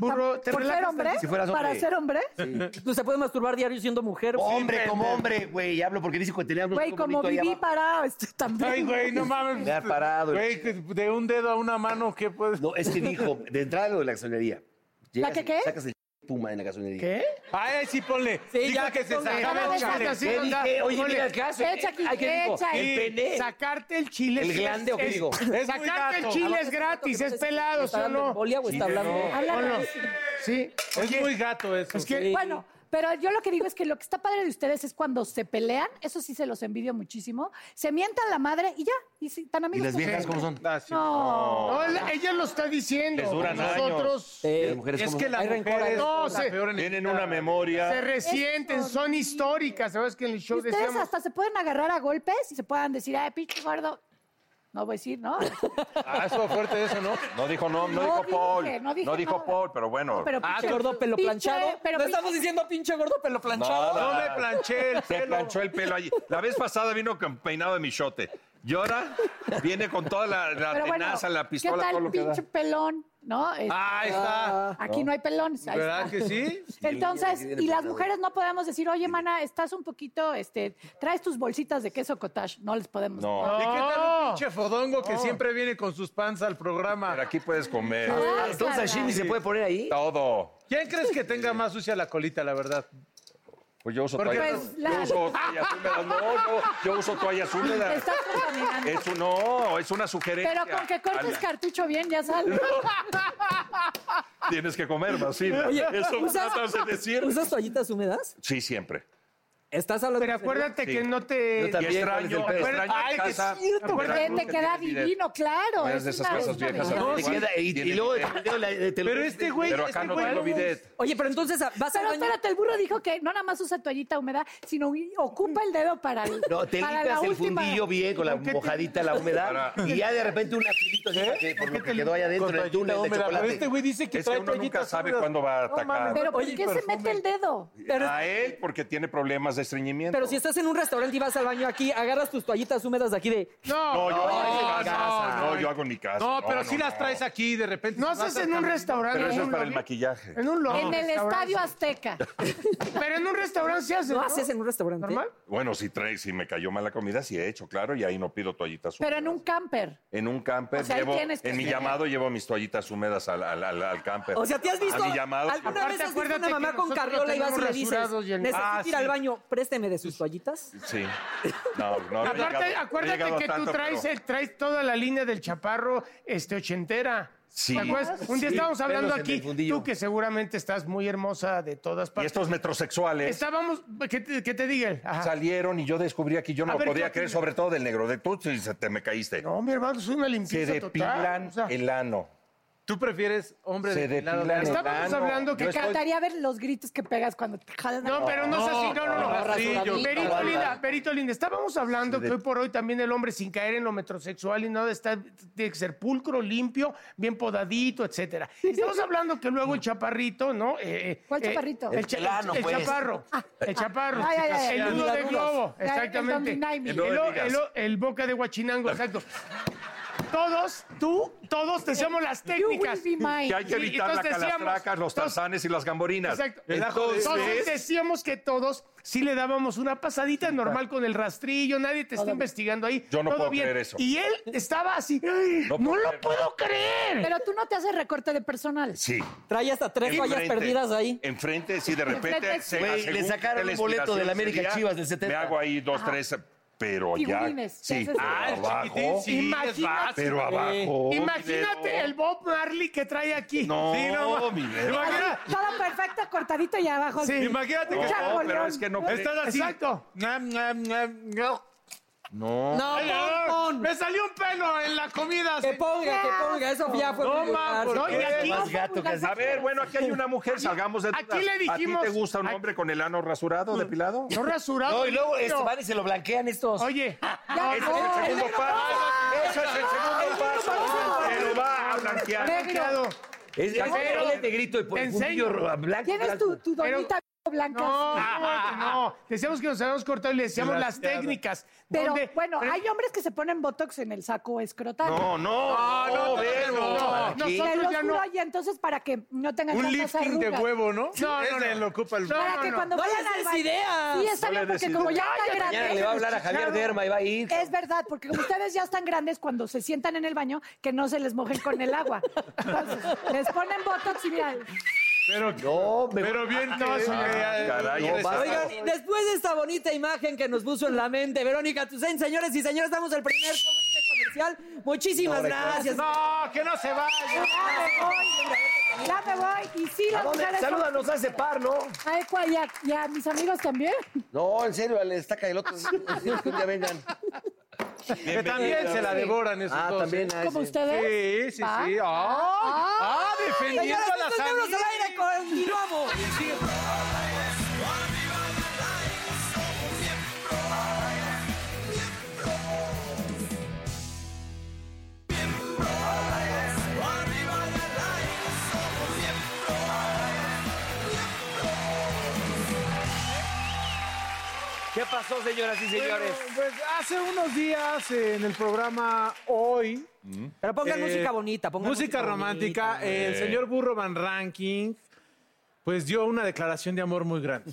[SPEAKER 4] Burro, ¿te
[SPEAKER 7] ¿Por ser
[SPEAKER 4] relajas
[SPEAKER 7] hombre?
[SPEAKER 4] tantito?
[SPEAKER 6] Si fueras hombre.
[SPEAKER 7] ¿Para ser hombre?
[SPEAKER 2] ¿Tú se puedes masturbar diario siendo mujer?
[SPEAKER 6] Hombre, como hombre, güey. Hablo porque dice que teníamos
[SPEAKER 7] Güey, como viví para... este, también.
[SPEAKER 3] Ay, güey, no mames.
[SPEAKER 6] Me ha parado el
[SPEAKER 3] Güey, que de un dedo a una mano, ¿qué puedes?
[SPEAKER 6] No, es que dijo, de entrada lo de la gasolinería. Llegas
[SPEAKER 7] ¿La
[SPEAKER 6] y
[SPEAKER 7] qué, qué?
[SPEAKER 6] Sacas el puma en la gasolinería.
[SPEAKER 4] ¿Qué?
[SPEAKER 3] Ay, ay, sí, ponle.
[SPEAKER 2] Sí,
[SPEAKER 3] Dijo
[SPEAKER 2] ya,
[SPEAKER 3] que se
[SPEAKER 2] ponle.
[SPEAKER 3] sacaba el
[SPEAKER 4] Sacas
[SPEAKER 3] chale.
[SPEAKER 4] así,
[SPEAKER 6] ¿Qué
[SPEAKER 4] onda,
[SPEAKER 6] dije? Oye,
[SPEAKER 4] ponle,
[SPEAKER 6] mira el caso.
[SPEAKER 2] eh,
[SPEAKER 7] Echa aquí,
[SPEAKER 6] Ay, ¿qué dijo?
[SPEAKER 7] echa
[SPEAKER 3] Sí.
[SPEAKER 7] ahí.
[SPEAKER 6] El pene.
[SPEAKER 4] Sacarte el chile.
[SPEAKER 6] ¿El
[SPEAKER 4] sí
[SPEAKER 6] glande
[SPEAKER 4] es-
[SPEAKER 6] o qué
[SPEAKER 4] es-
[SPEAKER 6] digo?
[SPEAKER 3] muy
[SPEAKER 4] Sacarte el
[SPEAKER 3] gato.
[SPEAKER 4] chile es gratis, es pelado, ¿sí
[SPEAKER 2] ¿Está
[SPEAKER 4] o
[SPEAKER 2] hablando
[SPEAKER 4] no?
[SPEAKER 2] embolia o está hablando?
[SPEAKER 7] Habla
[SPEAKER 4] Ponlo.
[SPEAKER 7] rarísimo.
[SPEAKER 4] Sí.
[SPEAKER 3] Es muy gato eso.
[SPEAKER 4] Es que-
[SPEAKER 3] Sí.
[SPEAKER 7] Bueno, pero yo lo que digo es que lo que está padre de ustedes es cuando se pelean, eso sí se los envidio muchísimo, se mientan la madre y ya, y sí, tan
[SPEAKER 6] ¿Y
[SPEAKER 7] amigos.
[SPEAKER 6] las
[SPEAKER 7] como
[SPEAKER 6] viejas cómo
[SPEAKER 7] siempre.
[SPEAKER 6] son?
[SPEAKER 3] Ah, sí.
[SPEAKER 7] No.
[SPEAKER 4] No, él- ella lo está diciendo.
[SPEAKER 5] Les duran
[SPEAKER 4] Nosotros
[SPEAKER 2] Eh,
[SPEAKER 6] ¿Las mujeres
[SPEAKER 3] Es
[SPEAKER 6] cómo
[SPEAKER 3] que
[SPEAKER 6] son?
[SPEAKER 3] las
[SPEAKER 2] Hay rencor,
[SPEAKER 3] mujeres
[SPEAKER 2] hay
[SPEAKER 4] rencor.
[SPEAKER 3] son la peor enemiga.
[SPEAKER 5] Tienen una
[SPEAKER 4] se
[SPEAKER 5] memoria.
[SPEAKER 4] resienten,
[SPEAKER 7] Eso.
[SPEAKER 4] son históricas. ¿Sabes que en el
[SPEAKER 7] Y
[SPEAKER 4] show
[SPEAKER 7] ustedes
[SPEAKER 4] decíamos?
[SPEAKER 7] hasta se pueden agarrar a golpes y se puedan decir, ay, pinche gordo. No voy a decir, ¿no?
[SPEAKER 3] Ah, estuvo fuerte eso, ¿no?
[SPEAKER 5] No dijo no, no,
[SPEAKER 7] No
[SPEAKER 5] dijo
[SPEAKER 7] dije,
[SPEAKER 5] Paul.
[SPEAKER 7] no dije
[SPEAKER 5] dijo
[SPEAKER 7] nada.
[SPEAKER 5] Paul, pero bueno.
[SPEAKER 7] Pero
[SPEAKER 2] Ah,
[SPEAKER 7] pinche-
[SPEAKER 2] gordo pelo
[SPEAKER 7] pinche-
[SPEAKER 2] planchado.
[SPEAKER 7] Pero
[SPEAKER 2] no
[SPEAKER 7] pinche-
[SPEAKER 2] estamos diciendo pinche gordo pelo planchado.
[SPEAKER 5] Nada.
[SPEAKER 3] No me planché el
[SPEAKER 5] Se
[SPEAKER 3] pelo.
[SPEAKER 5] planchó el pelo allí. La vez pasada vino con peinado de michote. Y ahora viene con toda la, la
[SPEAKER 7] pero bueno,
[SPEAKER 5] tenaza, la pistola,
[SPEAKER 7] ¿Qué
[SPEAKER 5] todo
[SPEAKER 7] tal
[SPEAKER 5] lo que da.
[SPEAKER 7] pinche pelón? ¿No? Este,
[SPEAKER 3] Ah, ahí está.
[SPEAKER 7] aquí no, hay pelones. ahí
[SPEAKER 3] ¿Verdad
[SPEAKER 7] está.
[SPEAKER 3] que sí?
[SPEAKER 7] Entonces, y las mujeres no podemos decir, oye, mana, estás un poquito, este, traes tus bolsitas de queso cottage. No les podemos.
[SPEAKER 5] No.
[SPEAKER 3] ¿Y qué tal un
[SPEAKER 4] No.
[SPEAKER 3] pinche fodongo que siempre viene con sus pants al
[SPEAKER 5] Pero
[SPEAKER 3] programa?
[SPEAKER 5] aquí puedes comer
[SPEAKER 4] Ah,
[SPEAKER 6] Entonces, Sashimi se puede poner ahí.
[SPEAKER 5] todo.
[SPEAKER 3] ¿Quién crees que tenga más sucia la colita, la verdad?
[SPEAKER 5] Pues yo uso
[SPEAKER 3] Porque-
[SPEAKER 5] toallas.
[SPEAKER 7] Pues la-
[SPEAKER 5] Yo uso toallas húmedas. No, no, yo uso toallas
[SPEAKER 7] Te
[SPEAKER 5] húmedas.
[SPEAKER 7] estás contaminando.
[SPEAKER 5] Es un- no, es una sugerencia.
[SPEAKER 7] Pero con que cortes
[SPEAKER 5] Al-
[SPEAKER 7] cartucho bien, ya sale.
[SPEAKER 5] Tienes que comer, Basil.
[SPEAKER 2] Oye,
[SPEAKER 5] Eso me
[SPEAKER 2] ¿usas-
[SPEAKER 5] tratas de decir.
[SPEAKER 2] ¿Usas toallitas húmedas?
[SPEAKER 5] Sí, siempre.
[SPEAKER 2] Estás hablando.
[SPEAKER 4] Pero acuérdate que no
[SPEAKER 6] Yo
[SPEAKER 4] te.
[SPEAKER 6] también.
[SPEAKER 5] Y extraño,
[SPEAKER 6] ¿cuál es el pedo?
[SPEAKER 5] extraño
[SPEAKER 4] Ay,
[SPEAKER 5] en
[SPEAKER 4] que
[SPEAKER 5] casa.
[SPEAKER 4] es cierto,
[SPEAKER 7] Porque te queda divino, claro.
[SPEAKER 5] No eres de
[SPEAKER 7] es
[SPEAKER 5] esas
[SPEAKER 7] una-
[SPEAKER 5] cosas
[SPEAKER 7] es una
[SPEAKER 5] viejas,
[SPEAKER 7] belleza.
[SPEAKER 5] ¿no?
[SPEAKER 6] Te queda- y, y luego te- te- te- te lo-
[SPEAKER 3] Pero este güey,
[SPEAKER 5] Pero
[SPEAKER 3] este
[SPEAKER 5] acá no
[SPEAKER 3] güey
[SPEAKER 5] tengo bidet.
[SPEAKER 2] Oye, pero entonces vas al
[SPEAKER 7] Pero
[SPEAKER 2] baño.
[SPEAKER 7] espérate, el burro dijo que no nada más usa toallita húmeda, sino y- ocupa el dedo para el.
[SPEAKER 6] No, te
[SPEAKER 7] para
[SPEAKER 6] limpias
[SPEAKER 7] la
[SPEAKER 6] el
[SPEAKER 7] última.
[SPEAKER 6] fundillo bien con la mojadita, la humedad. Y ya de repente un afilito así para que- por lo que quedó allá adentro
[SPEAKER 3] con
[SPEAKER 6] en el
[SPEAKER 3] toallita
[SPEAKER 6] túnel de
[SPEAKER 3] húmeda. Pero
[SPEAKER 6] chocolate.
[SPEAKER 3] este güey dice que
[SPEAKER 5] Es que
[SPEAKER 3] trae
[SPEAKER 5] uno nunca
[SPEAKER 3] toallitas
[SPEAKER 5] sabe
[SPEAKER 3] húmedas.
[SPEAKER 5] cuándo va
[SPEAKER 3] No
[SPEAKER 5] a
[SPEAKER 3] mames,
[SPEAKER 5] atacar.
[SPEAKER 7] Pero ¿por
[SPEAKER 3] Oye,
[SPEAKER 7] qué se
[SPEAKER 3] perfume.
[SPEAKER 7] mete el dedo?
[SPEAKER 5] A él porque tiene problemas pues estreñimiento.
[SPEAKER 2] Pero si estás en un restaurante y vas al baño aquí, agarras tus toallitas húmedas de aquí de...
[SPEAKER 5] No, yo hago
[SPEAKER 3] no,
[SPEAKER 5] en mi casa.
[SPEAKER 3] no,
[SPEAKER 5] No, yo hago en mi casa.
[SPEAKER 3] No, pero
[SPEAKER 5] si
[SPEAKER 3] sí las traes aquí de repente.
[SPEAKER 4] No
[SPEAKER 3] vas
[SPEAKER 4] haces
[SPEAKER 3] a-
[SPEAKER 4] en un restaurante.
[SPEAKER 5] Pero eso
[SPEAKER 4] en
[SPEAKER 5] es
[SPEAKER 4] un
[SPEAKER 5] para el
[SPEAKER 4] lobby,
[SPEAKER 5] maquillaje.
[SPEAKER 4] En un lobby.
[SPEAKER 7] En el
[SPEAKER 4] restaurante.
[SPEAKER 7] Estadio Azteca.
[SPEAKER 4] Pero en un restaurante se hace.
[SPEAKER 2] ¿No haces en un restaurante?
[SPEAKER 4] normal.
[SPEAKER 5] Bueno, si traes, si me cayó mala comida, sí he hecho, claro, y ahí no pido toallitas húmedas.
[SPEAKER 7] Pero en un camper.
[SPEAKER 5] En un camper
[SPEAKER 7] O sea, ahí
[SPEAKER 5] llevo,
[SPEAKER 7] tienes que
[SPEAKER 5] en mi
[SPEAKER 7] tener.
[SPEAKER 5] llamado llevo mis toallitas húmedas al, al, al- al camper.
[SPEAKER 2] O sea, ¿te has visto
[SPEAKER 5] A mi llamado.
[SPEAKER 2] alguna
[SPEAKER 4] Aparte,
[SPEAKER 2] vez has visto
[SPEAKER 4] acuérdate
[SPEAKER 2] una mamá
[SPEAKER 4] que
[SPEAKER 2] con
[SPEAKER 4] nosotros
[SPEAKER 2] carriola y vas y le
[SPEAKER 4] tenemos
[SPEAKER 2] dices,
[SPEAKER 4] rasurados y el-
[SPEAKER 2] necesito
[SPEAKER 3] Ah,
[SPEAKER 2] ir al
[SPEAKER 3] sí.
[SPEAKER 2] baño, présteme de sus toallitas?
[SPEAKER 5] Sí. No, no, no he
[SPEAKER 4] Aparte,
[SPEAKER 5] llegado- no he
[SPEAKER 4] acuérdate
[SPEAKER 5] llegado
[SPEAKER 4] que
[SPEAKER 5] tanto,
[SPEAKER 4] tú traes,
[SPEAKER 5] pero-
[SPEAKER 4] el- traes toda la línea del chaparro este, ochentera.
[SPEAKER 5] Sí.
[SPEAKER 4] ¿Te
[SPEAKER 7] Ah,
[SPEAKER 4] acuerdas? Un día
[SPEAKER 6] Sí,
[SPEAKER 4] estábamos hablando
[SPEAKER 6] pelos en
[SPEAKER 4] aquí,
[SPEAKER 6] el fundillo.
[SPEAKER 4] tú que seguramente estás muy hermosa de todas
[SPEAKER 5] Y
[SPEAKER 4] partes.
[SPEAKER 5] estos metrosexuales
[SPEAKER 4] Estábamos, ¿qué te, qué te diga? él? Ajá.
[SPEAKER 5] salieron y yo descubrí aquí, yo no
[SPEAKER 4] A
[SPEAKER 5] lo
[SPEAKER 4] ver,
[SPEAKER 5] podía
[SPEAKER 4] ¿qué
[SPEAKER 5] creer,
[SPEAKER 4] opinas?
[SPEAKER 5] sobre todo del negro. De tú, sí, se te me caíste.
[SPEAKER 4] No, mi hermano, soy una
[SPEAKER 5] se
[SPEAKER 4] limpieza total.
[SPEAKER 5] depilan
[SPEAKER 4] o sea,
[SPEAKER 5] el ano.
[SPEAKER 3] ¿Tú prefieres hombre
[SPEAKER 5] Se
[SPEAKER 3] de lado
[SPEAKER 5] depilan
[SPEAKER 3] de-
[SPEAKER 5] el ano.
[SPEAKER 4] Estábamos hablando que
[SPEAKER 5] Yo
[SPEAKER 7] Me
[SPEAKER 5] estoy-
[SPEAKER 7] encantaría ver los gritos que pegas cuando te jalan.
[SPEAKER 4] No, pero no es así, no, no, no.
[SPEAKER 3] no, sí, yo-
[SPEAKER 4] oh, Perito Linda, Perito Linda, estábamos hablando
[SPEAKER 5] Sí,
[SPEAKER 4] que
[SPEAKER 5] de-
[SPEAKER 4] hoy por hoy también el hombre sin caer en lo metrosexual y nada está, tiene que ser pulcro, limpio, bien podadito, etcétera. Estamos hablando que luego el chaparrito, ¿no? Eh, eh,
[SPEAKER 7] ¿Cuál
[SPEAKER 4] eh,
[SPEAKER 7] chaparrito? Ah.
[SPEAKER 4] El,
[SPEAKER 7] El
[SPEAKER 4] cha-
[SPEAKER 6] pelano,
[SPEAKER 4] el
[SPEAKER 6] pues.
[SPEAKER 4] chaparro, el chaparro,
[SPEAKER 7] Ay, ay, ay,
[SPEAKER 4] el
[SPEAKER 7] ay.
[SPEAKER 4] nudo de globo,
[SPEAKER 7] Ya, el
[SPEAKER 4] exactamente.
[SPEAKER 7] Dominaimi.
[SPEAKER 4] El,
[SPEAKER 5] El nudo de
[SPEAKER 4] o- el o- el boca de guachinango, exacto. Todos, tú, todos deseamos las
[SPEAKER 7] Eh, You will
[SPEAKER 4] técnicas.
[SPEAKER 7] be mine.
[SPEAKER 5] Que hay que
[SPEAKER 4] Sí,
[SPEAKER 5] evitar las
[SPEAKER 4] entonces decíamos-
[SPEAKER 5] calatracas, los
[SPEAKER 4] entonces-
[SPEAKER 5] tarzanes y las gamborinas.
[SPEAKER 4] Exacto.
[SPEAKER 5] Entonces,
[SPEAKER 4] Entonces decíamos que todos sí le dábamos una pasadita normal con el rastrillo, nadie te está investigando ahí.
[SPEAKER 5] Yo no
[SPEAKER 4] todo
[SPEAKER 5] puedo
[SPEAKER 4] bien.
[SPEAKER 5] creer eso.
[SPEAKER 4] Y él estaba así, "Ay, no,
[SPEAKER 5] No puedo
[SPEAKER 4] lo
[SPEAKER 5] creer".
[SPEAKER 4] puedo creer.
[SPEAKER 7] Pero tú no te haces recorte de personal.
[SPEAKER 5] sí.
[SPEAKER 2] Trae hasta tres toallas
[SPEAKER 5] Enfrente,
[SPEAKER 2] perdidas ahí.
[SPEAKER 5] Enfrente, sí, de repente.
[SPEAKER 7] Enfrente,
[SPEAKER 5] se-
[SPEAKER 6] Güey,
[SPEAKER 5] según
[SPEAKER 6] le sacaron
[SPEAKER 5] qué
[SPEAKER 6] un boleto de la América
[SPEAKER 5] sería,
[SPEAKER 6] Chivas del 70.
[SPEAKER 5] Me hago ahí dos, tres, pero
[SPEAKER 7] Figurines,
[SPEAKER 5] ya. Sí,
[SPEAKER 7] te haces-
[SPEAKER 5] pero
[SPEAKER 3] Ah, el chiquitín,
[SPEAKER 5] abajo.
[SPEAKER 3] sí,
[SPEAKER 4] Imagínate.
[SPEAKER 3] es fácil.
[SPEAKER 5] Pero abajo.
[SPEAKER 4] Imagínate
[SPEAKER 5] pero-
[SPEAKER 4] el Bob Marley que trae aquí.
[SPEAKER 5] No,
[SPEAKER 3] Sí, no,
[SPEAKER 5] mi
[SPEAKER 3] Imagina-
[SPEAKER 5] Vero.
[SPEAKER 3] imagínate,
[SPEAKER 7] Todo perfecto, cortadito y abajo.
[SPEAKER 4] Sí.
[SPEAKER 3] que
[SPEAKER 7] Ya,
[SPEAKER 5] No, pero
[SPEAKER 7] León.
[SPEAKER 5] es que no.
[SPEAKER 3] estás así.
[SPEAKER 4] Exacto.
[SPEAKER 3] Nam, nam, nam, nam.
[SPEAKER 5] No.
[SPEAKER 2] No, pon, pon.
[SPEAKER 4] Me salió un pelo en la comida.
[SPEAKER 2] Que
[SPEAKER 4] señor.
[SPEAKER 2] ponga, que ponga. Eso ya fue
[SPEAKER 4] No,
[SPEAKER 2] muy
[SPEAKER 4] ma,
[SPEAKER 2] vulgar.
[SPEAKER 4] no, y aquí-
[SPEAKER 6] Más gato que
[SPEAKER 5] A ver, bueno, aquí hay una mujer, salgamos de dudas.
[SPEAKER 4] aquí le dijimos-
[SPEAKER 5] ¿A ti te gusta un
[SPEAKER 4] aquí-
[SPEAKER 5] hombre con el ano rasurado, depilado?
[SPEAKER 4] No rasurado.
[SPEAKER 6] No, y luego este,
[SPEAKER 4] limpio.
[SPEAKER 6] van y se lo blanquean estos.
[SPEAKER 4] Oye,
[SPEAKER 7] Ya,
[SPEAKER 5] Ese es el segundo paso. Ese
[SPEAKER 2] Ah,
[SPEAKER 5] es el segundo paso. Pero va a blanquear.
[SPEAKER 4] blanqueado.
[SPEAKER 6] Es, es,
[SPEAKER 4] Pero-
[SPEAKER 6] es de grito y
[SPEAKER 4] Te
[SPEAKER 6] fundillo
[SPEAKER 4] enseño.
[SPEAKER 6] blanco.
[SPEAKER 7] Tienes tu,
[SPEAKER 6] blanco.
[SPEAKER 7] tu
[SPEAKER 4] Pero-
[SPEAKER 7] donita blanca.
[SPEAKER 4] No, ¿cómo que no. Decíamos que nos habíamos cortado y le decíamos las técnicas.
[SPEAKER 7] Pero
[SPEAKER 4] donde-
[SPEAKER 7] bueno, hay hombres que se ponen botox en el saco escrotal.
[SPEAKER 5] No, no, no,
[SPEAKER 4] Ah, No,
[SPEAKER 5] Vero.
[SPEAKER 7] Te
[SPEAKER 4] nosotros
[SPEAKER 7] los
[SPEAKER 4] ya
[SPEAKER 7] juro,
[SPEAKER 4] no.
[SPEAKER 7] y entonces para que no tengan
[SPEAKER 3] Un
[SPEAKER 7] tantas
[SPEAKER 3] lifting de
[SPEAKER 7] arrugas.
[SPEAKER 3] huevo, ¿no?
[SPEAKER 4] No, no,
[SPEAKER 3] Ese
[SPEAKER 4] no.
[SPEAKER 3] lo ocupa el...
[SPEAKER 4] No.
[SPEAKER 7] Para que cuando
[SPEAKER 2] No
[SPEAKER 7] vayan
[SPEAKER 2] les
[SPEAKER 7] al
[SPEAKER 2] des
[SPEAKER 7] baño.
[SPEAKER 2] ideas.
[SPEAKER 7] Sí, está
[SPEAKER 5] No
[SPEAKER 7] bien,
[SPEAKER 5] le
[SPEAKER 7] porque
[SPEAKER 5] des
[SPEAKER 7] como ya
[SPEAKER 5] ideas.
[SPEAKER 7] están
[SPEAKER 6] Mañana
[SPEAKER 7] grandes.
[SPEAKER 6] le va a hablar a Javier Derma y va a ir.
[SPEAKER 7] Es verdad, porque como ustedes ya están grandes, cuando se sientan en el baño, que no se les mojen con el agua. Entonces, les ponen botox y mira,
[SPEAKER 3] Pero,
[SPEAKER 6] No, me-
[SPEAKER 3] pero bien que...
[SPEAKER 5] Ah, caray,
[SPEAKER 3] que-
[SPEAKER 5] eres-
[SPEAKER 2] Oigan, y después de esta bonita imagen que nos puso en la mente Verónica Tucen, señores y señores, damos el primer corte comercial. Muchísimas gracias.
[SPEAKER 3] No, que no se vaya.
[SPEAKER 7] ya me voy. Y sí,
[SPEAKER 6] ¿A
[SPEAKER 7] las
[SPEAKER 6] dónde?
[SPEAKER 7] mujeres. son-
[SPEAKER 6] Salúdanos a ese par, ¿no?
[SPEAKER 7] Ay, cuál, y a- y a mis amigos también.
[SPEAKER 6] No, en serio, le destaca el otro. que un día vengan.
[SPEAKER 3] Que también se la devoran esos
[SPEAKER 6] Ah,
[SPEAKER 3] dos.
[SPEAKER 6] también a
[SPEAKER 7] Como
[SPEAKER 6] ese.
[SPEAKER 7] ustedes.
[SPEAKER 3] Sí, sí, sí.
[SPEAKER 7] Ah.
[SPEAKER 3] ¡Ay! ¡Ah! defendiendo
[SPEAKER 2] Señoras,
[SPEAKER 3] a las
[SPEAKER 2] estos miembros
[SPEAKER 3] amigas.
[SPEAKER 2] al aire, continuamos.
[SPEAKER 6] ¿Qué pasó, señoras y señores?
[SPEAKER 3] Bueno, pues hace unos días eh, en el programa Hoy.
[SPEAKER 2] Pero pongan
[SPEAKER 3] eh,
[SPEAKER 2] música bonita, pongan
[SPEAKER 3] música, romántica.
[SPEAKER 2] bonita.
[SPEAKER 3] el señor Burro Van Ranking, pues dio una declaración de amor muy grande.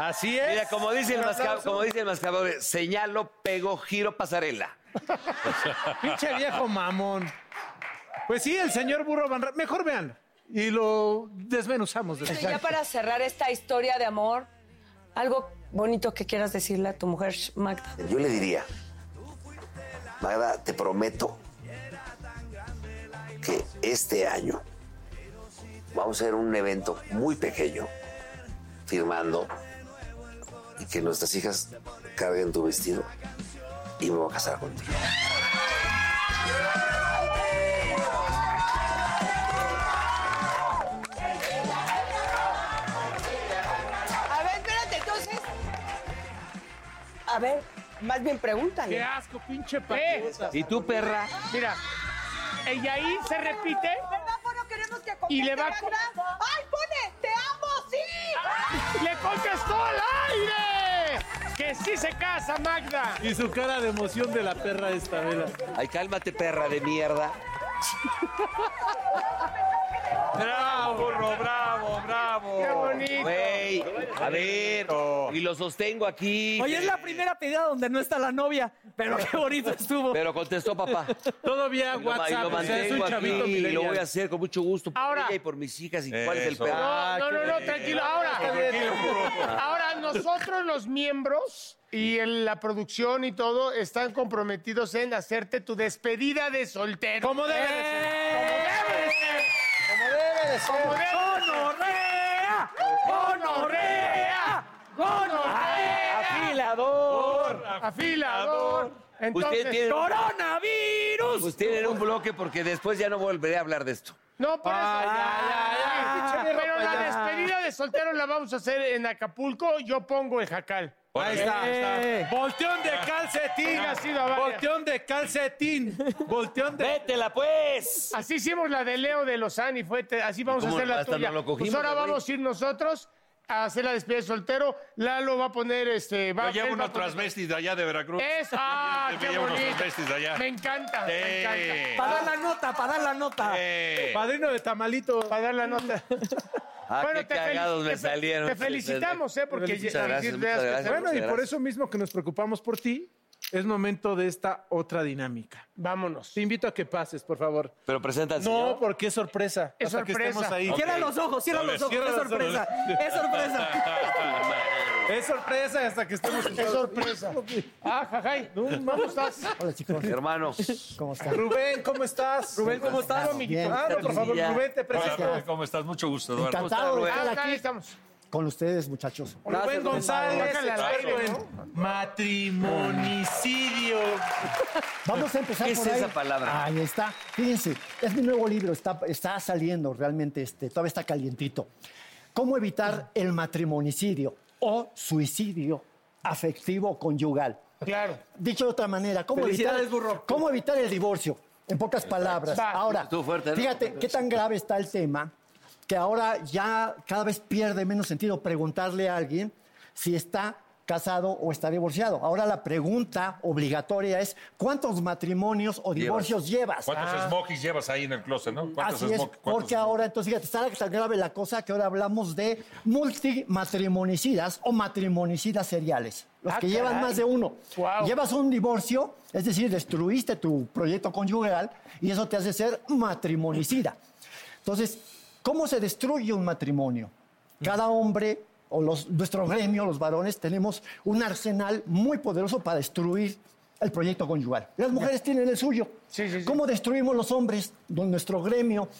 [SPEAKER 3] Así es.
[SPEAKER 8] Mira, como dice el,
[SPEAKER 3] Un
[SPEAKER 8] masca-
[SPEAKER 3] aplauso.
[SPEAKER 8] como dice el mascabador, señalo, pego, giro, pasarela.
[SPEAKER 3] Pinche viejo mamón. Pues sí, el señor Burro Van Ra- Mejor vean. Y lo desmenuzamos. después.
[SPEAKER 9] Ya para cerrar esta historia de amor, algo bonito que quieras decirle a tu mujer, Magda.
[SPEAKER 6] Yo le diría, Magda, te prometo que este año vamos a hacer un evento muy pequeño, firmando, y que nuestras hijas carguen tu vestido y me voy a casar contigo.
[SPEAKER 9] A ver, espérate, entonces. A ver, más bien pregúntale.
[SPEAKER 4] Qué asco, pinche paqueta.
[SPEAKER 8] ¿Y tú, perra?
[SPEAKER 4] Mira, y ahí se repite. Y le va a co-
[SPEAKER 1] ¡Ay, pone! ¡Te amo, sí!
[SPEAKER 4] ¡Le contestó al aire! ¡Que sí se casa, Magda!
[SPEAKER 3] Y su cara de emoción de la perra esta vela.
[SPEAKER 8] Ay, cálmate, perra de mierda.
[SPEAKER 5] Bravo, burro, bravo, bravo.
[SPEAKER 8] Qué bonito. Güey, a ver, y lo sostengo aquí.
[SPEAKER 2] Oye, es la primera pedida donde no está la novia, pero qué bonito estuvo.
[SPEAKER 8] Pero contestó papá.
[SPEAKER 3] Todavía
[SPEAKER 8] Y lo, ma- y lo
[SPEAKER 2] WhatsApp, o sea, es
[SPEAKER 8] mantengo
[SPEAKER 2] un
[SPEAKER 8] aquí
[SPEAKER 2] chavito
[SPEAKER 8] y lo
[SPEAKER 2] millennial.
[SPEAKER 8] voy a hacer con mucho gusto por
[SPEAKER 4] Ahora.
[SPEAKER 8] ella y por mis hijas y cuál es el Ah,
[SPEAKER 4] Eso.
[SPEAKER 8] perro.
[SPEAKER 4] No, no, no, no, tranquilo. Ahora,
[SPEAKER 8] Ah, Tranquilo, burro.
[SPEAKER 4] ahora nosotros los miembros y en la producción y todo están comprometidos en hacerte tu despedida de soltero. Como debe de ser. Como debe de ser. Como debe de ser.
[SPEAKER 1] ¡Gonorrea! ¡Gonorrea! ¡Gonorrea!
[SPEAKER 4] Afilador. Afilador. Entonces,
[SPEAKER 8] Usted tiene-
[SPEAKER 4] coronavirus.
[SPEAKER 8] Pues tienen un bloque porque después ya no volveré a hablar de esto.
[SPEAKER 4] No, por eso.
[SPEAKER 1] ya, ya.
[SPEAKER 4] Pero la
[SPEAKER 1] Ya.
[SPEAKER 4] despedida de soltero la vamos a hacer en Acapulco. Yo pongo el jacal.
[SPEAKER 3] Ahí está, está. Volteón de calcetín.
[SPEAKER 4] Ha sido a varias.
[SPEAKER 3] Volteón de calcetín. Volteón de.
[SPEAKER 8] ¡Vétela, pues!
[SPEAKER 4] Así hicimos la de Leo de Lozán y fue. te- Así vamos a
[SPEAKER 8] cómo
[SPEAKER 4] hacer la
[SPEAKER 8] hasta
[SPEAKER 4] tuya.
[SPEAKER 8] no lo cogimos,
[SPEAKER 4] pues ahora
[SPEAKER 8] güey?
[SPEAKER 4] vamos a ir nosotros a hacer la despedida de soltero. Lalo va a poner este. Va,
[SPEAKER 5] Yo llevo
[SPEAKER 4] él va
[SPEAKER 5] unos
[SPEAKER 4] a poner-
[SPEAKER 5] transvestis de allá de Veracruz.
[SPEAKER 4] Es- ¡Ah,
[SPEAKER 5] Yo
[SPEAKER 4] qué
[SPEAKER 5] llevo unos
[SPEAKER 4] bonito!
[SPEAKER 5] transvestis de allá.
[SPEAKER 4] Me encanta, me
[SPEAKER 5] Sí.
[SPEAKER 4] encanta.
[SPEAKER 2] Para dar la nota, para dar la nota.
[SPEAKER 3] Padrino de tamalito.
[SPEAKER 4] Para dar la nota.
[SPEAKER 8] Ah,
[SPEAKER 4] Bueno,
[SPEAKER 8] qué
[SPEAKER 4] te fel-
[SPEAKER 8] cagados me
[SPEAKER 4] te fe-
[SPEAKER 8] salieron.
[SPEAKER 4] te felicitamos, ¿eh? Porque
[SPEAKER 8] muchas
[SPEAKER 4] ya-
[SPEAKER 8] gracias, muchas
[SPEAKER 4] veas que te-
[SPEAKER 8] gracias,
[SPEAKER 3] Bueno,
[SPEAKER 8] muchas
[SPEAKER 3] y por
[SPEAKER 8] gracias.
[SPEAKER 3] eso mismo que nos preocupamos por ti, es momento de esta otra dinámica.
[SPEAKER 4] Vámonos.
[SPEAKER 3] Te invito a que pases, por favor.
[SPEAKER 8] Pero presenta al
[SPEAKER 3] No,
[SPEAKER 8] señor.
[SPEAKER 3] porque es sorpresa.
[SPEAKER 4] Es
[SPEAKER 3] hasta que
[SPEAKER 4] sorpresa.
[SPEAKER 3] estemos ahí.
[SPEAKER 2] Cierra los ojos, cierra los ojos,
[SPEAKER 3] Cierra
[SPEAKER 2] es
[SPEAKER 3] los ojos.
[SPEAKER 2] sorpresa, es sorpresa.
[SPEAKER 3] Es sorpresa hasta que estemos en
[SPEAKER 4] ¡Qué sorpresa! ¡Ah, jajay! ¿Cómo estás?
[SPEAKER 2] Hola chicos,
[SPEAKER 8] Hermano.
[SPEAKER 2] ¿cómo están?
[SPEAKER 3] Rubén, ¿cómo estás?
[SPEAKER 2] Rubén, ¿cómo estás? Bien.
[SPEAKER 3] Claro, por favor,
[SPEAKER 8] Ya.
[SPEAKER 3] Rubén, te
[SPEAKER 5] Hola,
[SPEAKER 3] presento.
[SPEAKER 5] Rubén, Eh, ¿cómo estás? Mucho gusto, Eduardo.
[SPEAKER 2] Encantado de
[SPEAKER 4] Ah,
[SPEAKER 2] estar
[SPEAKER 4] acá
[SPEAKER 2] aquí
[SPEAKER 4] estamos.
[SPEAKER 2] con ustedes, muchachos.
[SPEAKER 3] Rubén
[SPEAKER 8] Gracias, Rubén.
[SPEAKER 3] González,
[SPEAKER 4] Bájale al
[SPEAKER 3] experto
[SPEAKER 4] aire,
[SPEAKER 3] en matrimonicidio.
[SPEAKER 10] Vamos a empezar
[SPEAKER 8] ¿Qué es
[SPEAKER 10] por ahí.
[SPEAKER 8] esa palabra?
[SPEAKER 10] Ahí está. Fíjense, es mi nuevo libro, está, está saliendo realmente, este, todavía está calientito. ¿Cómo evitar el matrimonicidio o suicidio afectivo conyugal?
[SPEAKER 4] Claro.
[SPEAKER 10] Dicho de otra manera, ¿cómo, evitar,
[SPEAKER 3] Felicidades, burro.
[SPEAKER 10] ¿cómo evitar el divorcio? En pocas palabras.
[SPEAKER 4] Va.
[SPEAKER 10] Ahora,
[SPEAKER 8] Estuvo fuerte, ¿no?
[SPEAKER 10] fíjate qué tan grave está el tema que ahora ya cada vez pierde menos sentido preguntarle a alguien si está casado o está divorciado. Ahora la pregunta obligatoria es ¿cuántos matrimonios o divorcios llevas? Ah.
[SPEAKER 5] ¿Cuántos smokies llevas ahí en el closet, no? ¿Cuántos
[SPEAKER 10] Así es,
[SPEAKER 5] smokies? ¿Cuántos
[SPEAKER 10] porque ahora, entonces, fíjate, está tan grave la cosa que ahora hablamos de multimatrimonicidas o matrimonicidas seriales. Los
[SPEAKER 4] Ah,
[SPEAKER 10] que llevan
[SPEAKER 4] caray.
[SPEAKER 10] más de uno.
[SPEAKER 4] Guau.
[SPEAKER 10] Llevas un divorcio, es decir, destruiste tu proyecto conyugal y eso te hace ser matrimonicida. Entonces, ¿cómo se destruye un matrimonio? Cada hombre o los, nuestro gremio, los varones, tenemos un arsenal muy poderoso para destruir el proyecto conyugal. Las mujeres tienen el suyo.
[SPEAKER 4] Sí, sí, sí.
[SPEAKER 10] ¿Cómo destruimos los hombres con nuestro gremio,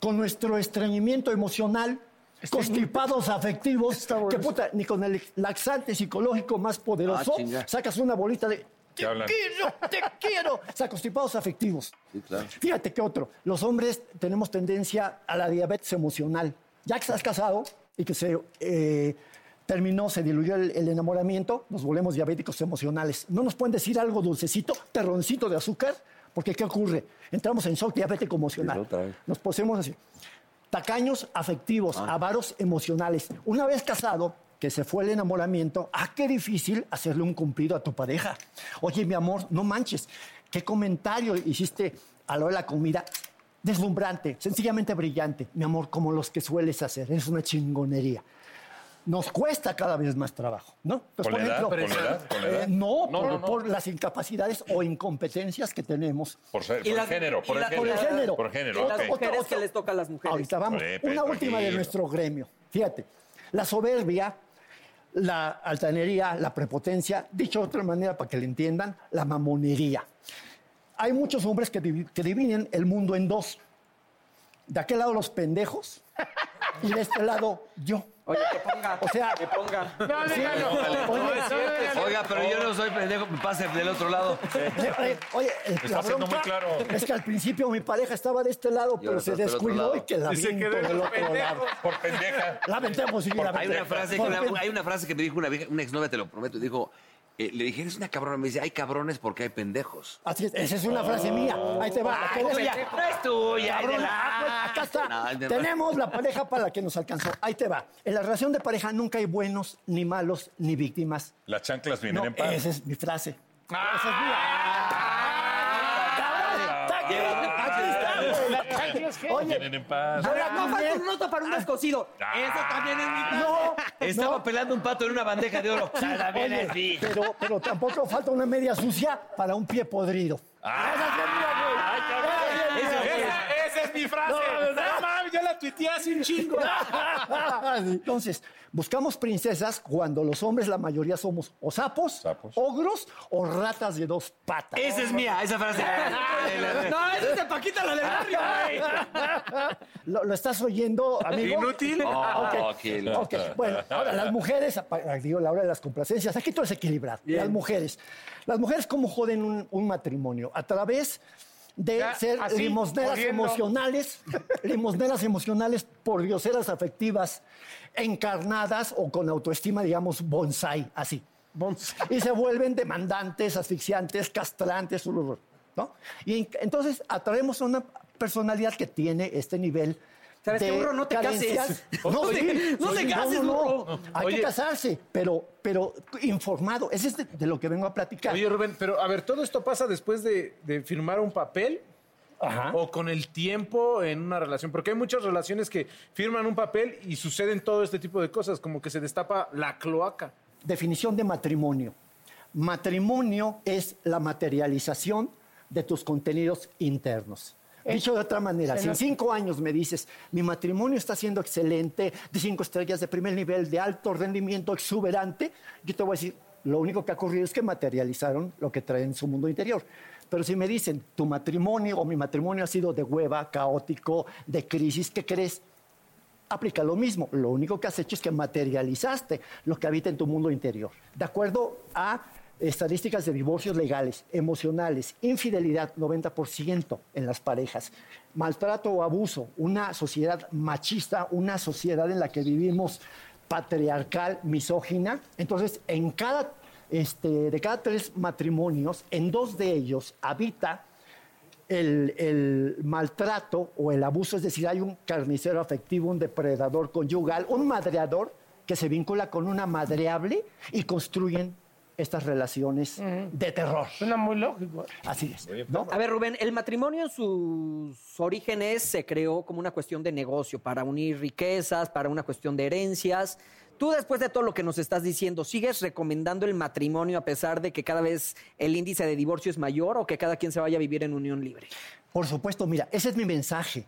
[SPEAKER 10] con nuestro estreñimiento emocional, constipados afectivos? Que puta, ni con el laxante psicológico más poderoso
[SPEAKER 8] Ah, chinga.
[SPEAKER 10] sacas una bolita de te
[SPEAKER 5] hablan.
[SPEAKER 10] quiero, te quiero. O sea, constipados afectivos. Fíjate que otro. Los hombres tenemos tendencia a la diabetes emocional. Ya que estás casado y que se eh, terminó, se diluyó el, el enamoramiento, nos volvemos diabéticos emocionales. No nos pueden decir algo dulcecito, terroncito de azúcar, porque ¿qué ocurre? Entramos en shock diabético emocional. Nos poseemos así. Tacaños afectivos,
[SPEAKER 5] Ah.
[SPEAKER 10] avaros emocionales. Una vez casado, que se fue el enamoramiento, ah, qué difícil hacerle un cumplido a tu pareja. Oye, mi amor, no manches, qué comentario hiciste a lo de la comida. Deslumbrante, sencillamente brillante. Mi amor, como los que sueles hacer, es una chingonería. nos cuesta cada vez más trabajo, ¿no? Entonces,
[SPEAKER 5] ¿Por la edad? ¿Por la edad? ¿Por la edad?
[SPEAKER 10] eh, no,
[SPEAKER 5] No,
[SPEAKER 10] por,
[SPEAKER 5] no, no.
[SPEAKER 10] por las incapacidades o incompetencias que tenemos.
[SPEAKER 5] Por, ser- por
[SPEAKER 10] Y
[SPEAKER 5] el
[SPEAKER 10] las-
[SPEAKER 5] género, por
[SPEAKER 10] y
[SPEAKER 5] el
[SPEAKER 10] las-
[SPEAKER 5] género.
[SPEAKER 10] por el género.
[SPEAKER 5] Por género,
[SPEAKER 10] Y las
[SPEAKER 5] ok.
[SPEAKER 10] mujeres que
[SPEAKER 2] les toca a las mujeres.
[SPEAKER 10] Ahorita vamos.
[SPEAKER 5] Pepe,
[SPEAKER 10] Una última de
[SPEAKER 5] tranquilo.
[SPEAKER 10] nuestro gremio. Fíjate, la soberbia, la altanería, la prepotencia, dicho de otra manera para que le entiendan, la mamonería. Hay muchos hombres que, divi- que dividen el mundo en dos. De aquel lado los pendejos y de este lado yo.
[SPEAKER 2] Oye, que ponga.
[SPEAKER 10] O sea,
[SPEAKER 2] que ponga.
[SPEAKER 4] No,
[SPEAKER 10] déjalo.
[SPEAKER 8] Oiga, pero yo no soy pendejo, pase del otro lado.
[SPEAKER 10] Oye, oye, eh,
[SPEAKER 8] Está
[SPEAKER 10] la
[SPEAKER 8] siendo
[SPEAKER 10] bronca
[SPEAKER 8] muy claro.
[SPEAKER 10] es que al principio mi pareja estaba de este lado, pero
[SPEAKER 8] ahora
[SPEAKER 10] se
[SPEAKER 8] está del otro
[SPEAKER 10] descuidó
[SPEAKER 8] lado.
[SPEAKER 10] y que la
[SPEAKER 8] Y se quedó
[SPEAKER 10] viento del
[SPEAKER 8] en
[SPEAKER 10] otro lado.
[SPEAKER 5] Por pendeja.
[SPEAKER 10] La aventemos y la
[SPEAKER 8] Hay una,
[SPEAKER 10] aventemos.
[SPEAKER 8] frase que
[SPEAKER 10] Por
[SPEAKER 8] una-
[SPEAKER 10] pendeja.
[SPEAKER 8] hay una frase que me dijo una, vieja, una exnovia, te lo prometo, dijo, eh, le dije, eres una cabrona, me dice, hay cabrones porque hay pendejos.
[SPEAKER 10] Así es, esa es una frase mía. Ahí te va.
[SPEAKER 8] Ay,
[SPEAKER 10] la
[SPEAKER 8] no,
[SPEAKER 10] tuya.
[SPEAKER 8] no es tuya,
[SPEAKER 10] Cabrón,
[SPEAKER 8] es de la-
[SPEAKER 10] ah, pues, acá está.
[SPEAKER 8] No, es de-
[SPEAKER 10] Tenemos la pareja para la que nos alcanzó. Ahí te va. En la relación de pareja nunca hay buenos, ni malos, ni víctimas.
[SPEAKER 5] Las chanclas vienen
[SPEAKER 10] No,
[SPEAKER 5] en paz.
[SPEAKER 10] Esa es mi frase.
[SPEAKER 2] Oye,
[SPEAKER 5] Vienen en paz.
[SPEAKER 2] A ver, no falta un roto para un descosido. Eso también es mi No.
[SPEAKER 8] Estaba pelando un pato en una bandeja de oro.
[SPEAKER 10] Sí,
[SPEAKER 8] Nada, bien
[SPEAKER 10] oye,
[SPEAKER 8] así.
[SPEAKER 10] pero, pero tampoco falta una media sucia para un pie podrido.
[SPEAKER 1] Esa,
[SPEAKER 10] Esa-
[SPEAKER 1] es mi frase. No, mames, yo la tuiteé hace un chingo.
[SPEAKER 10] Entonces, buscamos princesas cuando los hombres, la mayoría, somos o sapos, ogros o ratas de dos patas.
[SPEAKER 8] Esa es mía, esa frase.
[SPEAKER 2] No, ese es de Paquita, la del barrio, güey.
[SPEAKER 10] ¿Lo, lo estás oyendo, amigo?
[SPEAKER 8] Inútil.
[SPEAKER 10] Ah, ok.
[SPEAKER 8] Oh, qué loco.
[SPEAKER 10] Ok, Bueno, ahora, las mujeres, apa- digo, la hora de las complacencias, aquí todo es equilibrado.
[SPEAKER 8] Bien.
[SPEAKER 10] Las mujeres. Las mujeres, ¿cómo joden un, un matrimonio? A través de
[SPEAKER 4] Ya,
[SPEAKER 10] ser
[SPEAKER 4] así,
[SPEAKER 10] limosneras
[SPEAKER 4] jodiendo.
[SPEAKER 10] emocionales, limosneras emocionales por dioseras afectivas, encarnadas o con autoestima, digamos, bonsai, así. Y se vuelven demandantes, asfixiantes, castrantes, ¿no? Y en- entonces atraemos a una personalidad que tiene este nivel.
[SPEAKER 2] ¿Sabes qué,
[SPEAKER 10] de
[SPEAKER 2] burro? No te cases.
[SPEAKER 10] carencias.
[SPEAKER 2] No
[SPEAKER 10] No,
[SPEAKER 2] te-
[SPEAKER 10] sí,
[SPEAKER 2] no te
[SPEAKER 10] sí,
[SPEAKER 2] cases, burro.
[SPEAKER 10] Hay
[SPEAKER 3] Oye.
[SPEAKER 10] que casarse, pero, pero informado. Ese es de, de lo que vengo a platicar.
[SPEAKER 3] Oye, Rubén, pero a ver, ¿todo esto pasa después de, de firmar un papel?
[SPEAKER 10] Ajá.
[SPEAKER 3] O con el tiempo en una relación. Porque hay muchas relaciones que firman un papel y suceden todo este tipo de cosas, como que se destapa la cloaca.
[SPEAKER 10] Definición de matrimonio. Matrimonio es la materialización de tus contenidos internos. Dicho de otra manera,
[SPEAKER 4] en
[SPEAKER 10] si en
[SPEAKER 4] las-
[SPEAKER 10] cinco años me dices, mi matrimonio está siendo excelente, de cinco estrellas de primer nivel, de alto rendimiento, exuberante, yo te voy a decir, lo único que ha ocurrido es que materializaron lo que traen en su mundo interior. Pero si me dicen, tu matrimonio o mi matrimonio ha sido de hueva, caótico, de crisis, ¿qué crees? aplica lo mismo. Lo único que has hecho es que materializaste lo que habita en tu mundo interior. De acuerdo a estadísticas de divorcios legales, emocionales, infidelidad, 90% en las parejas, maltrato o abuso, una sociedad machista, una sociedad en la que vivimos patriarcal, misógina. Entonces, en cada, este, de cada tres matrimonios, en dos de ellos habita el, el maltrato o el abuso, es decir, hay un carnicero afectivo, un depredador conyugal, un madreador que se vincula con una madreable y construyen estas relaciones de terror.
[SPEAKER 4] Suena muy lógico.
[SPEAKER 10] Así es. ¿no?
[SPEAKER 2] A ver, Rubén, el matrimonio en sus orígenes se creó como una cuestión de negocio, para unir riquezas, para una cuestión de herencias. Tú, después de todo lo que nos estás diciendo, ¿sigues recomendando el matrimonio a pesar de que cada vez el índice de divorcio es mayor o que cada quien se vaya a vivir en unión libre?
[SPEAKER 10] Por supuesto, mira, ese es mi mensaje.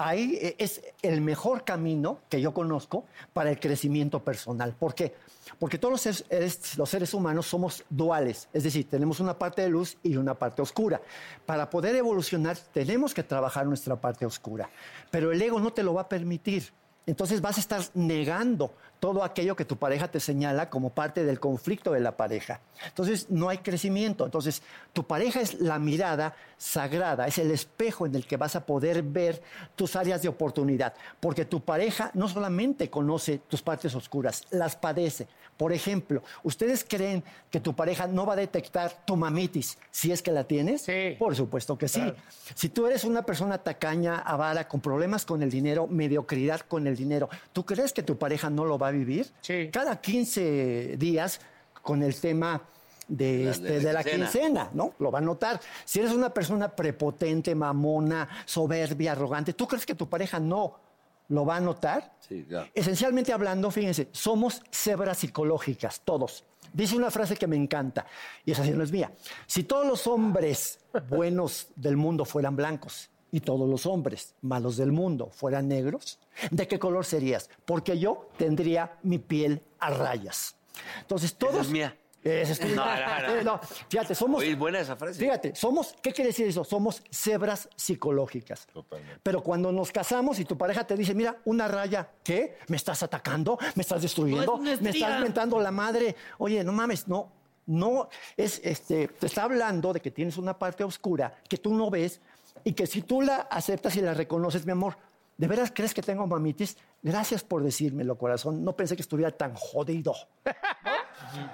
[SPEAKER 10] Ahí eh, es el mejor camino que yo conozco para el crecimiento personal. ¿Por qué? Porque todos los seres, eres- los seres humanos somos duales, es decir, tenemos una parte de luz y una parte oscura. Para poder evolucionar tenemos que trabajar nuestra parte oscura, pero el ego no te lo va a permitir. Entonces vas a estar negando todo aquello que tu pareja te señala como parte del conflicto de la pareja. Entonces no hay crecimiento. Entonces tu pareja es la mirada sagrada, es el espejo en el que vas a poder ver tus áreas de oportunidad. Porque tu pareja no solamente conoce tus partes oscuras, las padece. Por ejemplo, ¿ustedes creen que tu pareja no va a detectar tu mamitis si es que la tienes? Sí. Por supuesto que sí. Si tú eres una persona tacaña, avara, con problemas con el dinero, mediocridad con el dinero, ¿tú crees que tu pareja no lo va a vivir? Sí. Cada 15 días con el tema de,
[SPEAKER 8] La-
[SPEAKER 10] este,
[SPEAKER 8] de la
[SPEAKER 10] de la
[SPEAKER 8] quincena.
[SPEAKER 10] quincena, ¿no? Lo va a notar. Si eres una persona prepotente, mamona, soberbia, arrogante, ¿tú crees que tu pareja no lo va a notar.
[SPEAKER 8] Sí, claro.
[SPEAKER 10] Esencialmente hablando, fíjense, somos cebras psicológicas, todos. Dice una frase que me encanta, y esa sí no es mía. Si todos los hombres buenos del mundo fueran blancos y todos los hombres malos del mundo fueran negros, ¿de qué color serías? Porque yo tendría mi piel a rayas. Entonces todos...
[SPEAKER 8] es mía.
[SPEAKER 10] Esa es tuya.
[SPEAKER 8] No, no, no.
[SPEAKER 10] Eh, no, fíjate, somos...
[SPEAKER 8] Oye, es buena esa frase.
[SPEAKER 10] Fíjate, somos, ¿qué quiere decir eso? Somos cebras psicológicas.
[SPEAKER 8] Totalmente.
[SPEAKER 10] Pero cuando nos casamos y tu pareja te dice, mira, una raya, ¿qué? ¿Me estás atacando? ¿Me estás destruyendo?
[SPEAKER 8] No es una
[SPEAKER 10] ¿Me
[SPEAKER 8] estría.
[SPEAKER 10] estás mentando la madre? Oye, no mames, no. No, es, este, te está hablando de que tienes una parte oscura que tú no ves y que si tú la aceptas y la reconoces, mi amor, ¿de veras crees que tengo mamitis? Gracias por decírmelo, corazón. No pensé que estuviera tan jodido.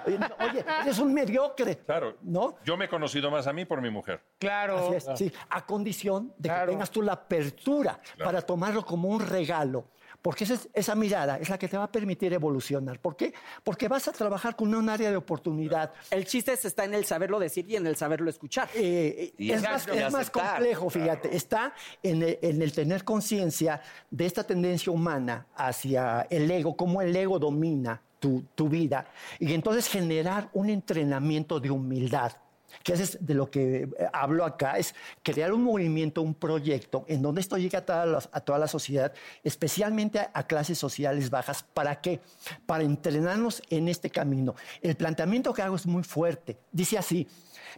[SPEAKER 10] Oye, no, oye, eres un mediocre.
[SPEAKER 11] Claro. ¿No? Yo me he conocido más a mí por mi mujer.
[SPEAKER 10] Claro. sí, a condición de que tengas tú la apertura para tomarlo como un regalo. Porque esa, es- esa mirada es la que te va a permitir evolucionar. ¿Por qué? Porque vas a trabajar con un área de oportunidad.
[SPEAKER 12] El chiste es- está en el saberlo decir y en el saberlo escuchar.
[SPEAKER 10] Y Eh, es más, es más complejo, fíjate. Está en el, en el tener conciencia de esta tendencia humana hacia el ego, cómo el ego domina tu, tu vida. Y entonces generar un entrenamiento de humildad. Que ese es de lo que eh, hablo acá, es crear un movimiento, un proyecto en donde esto llegue a toda la, a toda la sociedad, especialmente a, a clases sociales bajas. ¿Para qué? Para entrenarnos en este camino. El planteamiento que hago es muy fuerte. Dice así,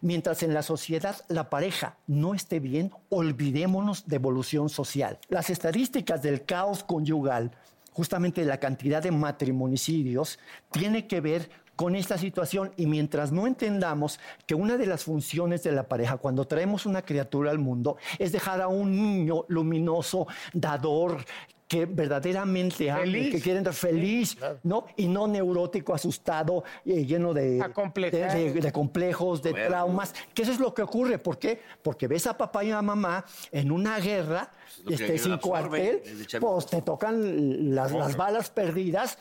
[SPEAKER 10] Mientras en la sociedad la pareja no esté bien, olvidémonos de evolución social. Las estadísticas del caos conyugal, justamente la cantidad de matrimonicidios, tiene que ver con esta situación y mientras no entendamos que una de las funciones de la pareja cuando traemos una criatura al mundo es dejar a un niño luminoso, dador, que verdaderamente ame,
[SPEAKER 4] Feliz.
[SPEAKER 10] que quieren ser feliz, ¿no? Y no neurótico, asustado, eh, lleno de, de- de- de complejos, de traumas. Que eso es lo que ocurre. ¿Por qué? Porque ves a papá y a mamá en una guerra,
[SPEAKER 8] Pues, lo que
[SPEAKER 10] este, sin
[SPEAKER 8] absorben
[SPEAKER 10] cuartel,
[SPEAKER 8] desde chavitos.
[SPEAKER 10] pues te tocan las, las balas perdidas.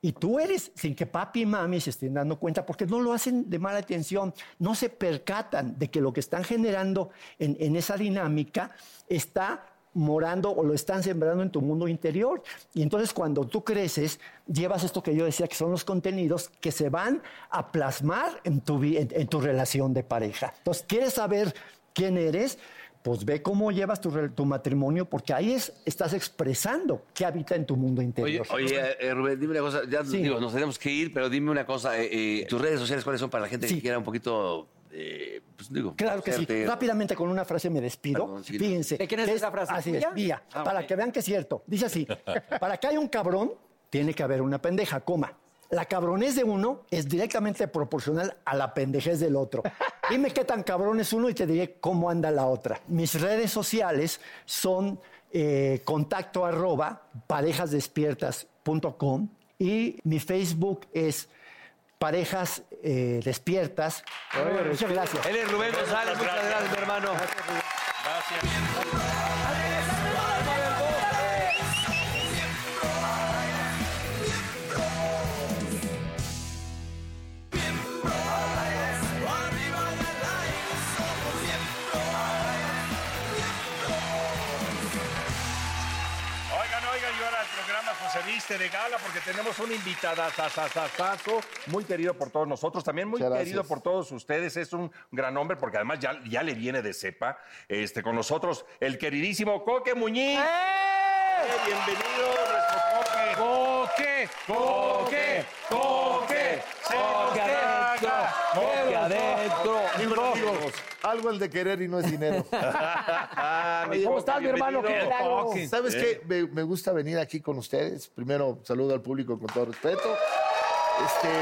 [SPEAKER 10] Y tú eres, sin que papi y mami se estén dando cuenta, porque no lo hacen de mala intención, no se percatan de que lo que están generando en, en esa dinámica está morando o lo están sembrando en tu mundo interior. Y entonces cuando tú creces, llevas esto que yo decía, que son los contenidos que se van a plasmar en tu, vi- en- en tu relación de pareja. Entonces, ¿quieres saber quién eres? Pues ve cómo llevas tu, re- tu matrimonio, porque ahí es, estás expresando qué habita en tu mundo
[SPEAKER 8] Oye,
[SPEAKER 10] interior.
[SPEAKER 8] oye, eh, Rubén, dime una cosa. Ya digo, nos tenemos que ir, pero dime una cosa. eh, eh, ¿Tus redes sociales cuáles son para la gente que quiera un poquito. eh, pues digo.
[SPEAKER 10] Claro que sí.
[SPEAKER 8] conocerte?
[SPEAKER 10] Rápidamente con una frase me despido.
[SPEAKER 8] Perdón, sí.
[SPEAKER 10] Fíjense.
[SPEAKER 8] ¿De quién es
[SPEAKER 10] que
[SPEAKER 8] esa frase?
[SPEAKER 10] Así es,
[SPEAKER 8] ¿Tuya?
[SPEAKER 10] mía.
[SPEAKER 8] Ah,
[SPEAKER 10] para
[SPEAKER 8] ok.
[SPEAKER 10] que vean que es cierto. Dice así, para que haya un cabrón, tiene que haber una pendeja, coma. La cabronez de uno es directamente proporcional a la pendejez del otro. Dime qué tan cabrón es uno y te diré cómo anda la otra. Mis redes sociales son eh, contacto arroba parejasdespiertas.com y mi Facebook es parejas eh, despiertas. Muchas gracias.
[SPEAKER 8] Él es Rubén González, muchas gracias, mi hermano.
[SPEAKER 11] Oigan, oigan, y ahora el programa José Viste de Gala porque tenemos un invitada.
[SPEAKER 5] Tazo, muy querido por todos nosotros, también muy
[SPEAKER 11] Muchas gracias.
[SPEAKER 5] querido por todos ustedes. Es un gran hombre porque además ya, ya le viene de cepa este, con nosotros el queridísimo Coque Muñiz.
[SPEAKER 4] ¡Eh!
[SPEAKER 5] Bienvenido, nuestro
[SPEAKER 3] Coque.
[SPEAKER 5] Coque, Coque, Coque, se nos traga.
[SPEAKER 13] Coque adentro.
[SPEAKER 5] Libros, libros.
[SPEAKER 13] Algo el de querer y no es dinero.
[SPEAKER 5] mi
[SPEAKER 13] Oye,
[SPEAKER 5] Coque, bienvenido.
[SPEAKER 13] milagro?
[SPEAKER 5] Coque.
[SPEAKER 13] ¿Sabes
[SPEAKER 5] Eh.
[SPEAKER 13] qué? Me, me gusta venir aquí con ustedes. Primero, saludo al público con todo respeto. Este,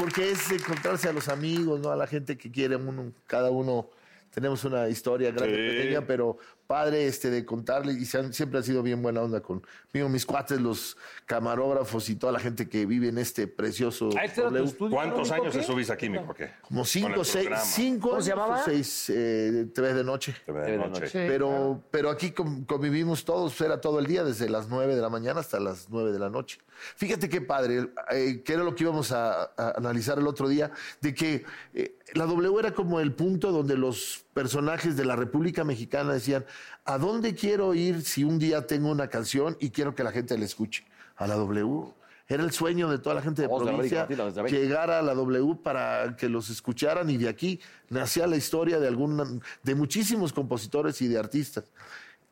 [SPEAKER 13] porque es encontrarse a los amigos, ¿no? A la gente que quiere uno, cada uno. Tenemos una historia grande,
[SPEAKER 5] Sí.
[SPEAKER 13] pequeña, pero padre este, de contarle y se han- siempre han sido bien buena onda conmigo, mis cuates, los camarógrafos y toda la gente que vive en este precioso... W.
[SPEAKER 11] ¿Cuántos años te subís aquí, mi Coque?
[SPEAKER 13] Como
[SPEAKER 11] Con
[SPEAKER 13] cinco,
[SPEAKER 11] el
[SPEAKER 13] seis,
[SPEAKER 11] programa.
[SPEAKER 13] cinco años o seis, eh, TV de noche.
[SPEAKER 11] de TV de noche. noche. Sí,
[SPEAKER 13] Pero, pero aquí com- convivimos todos, era todo el día, desde las nueve de la mañana hasta las nueve de la noche. Fíjate qué padre, eh, que era lo que íbamos a, a analizar el otro día, de que eh, la W era como el punto donde los personajes de la República Mexicana decían, ¿a dónde quiero ir si un día tengo una canción y quiero que la gente la escuche? A la W. Era el sueño de toda la gente de
[SPEAKER 8] Vamos a ver,
[SPEAKER 13] provincia
[SPEAKER 8] Ricardo, vamos a ver.
[SPEAKER 13] llegar a la W para que los escucharan y de aquí nacía la historia de algún, de muchísimos compositores y de artistas.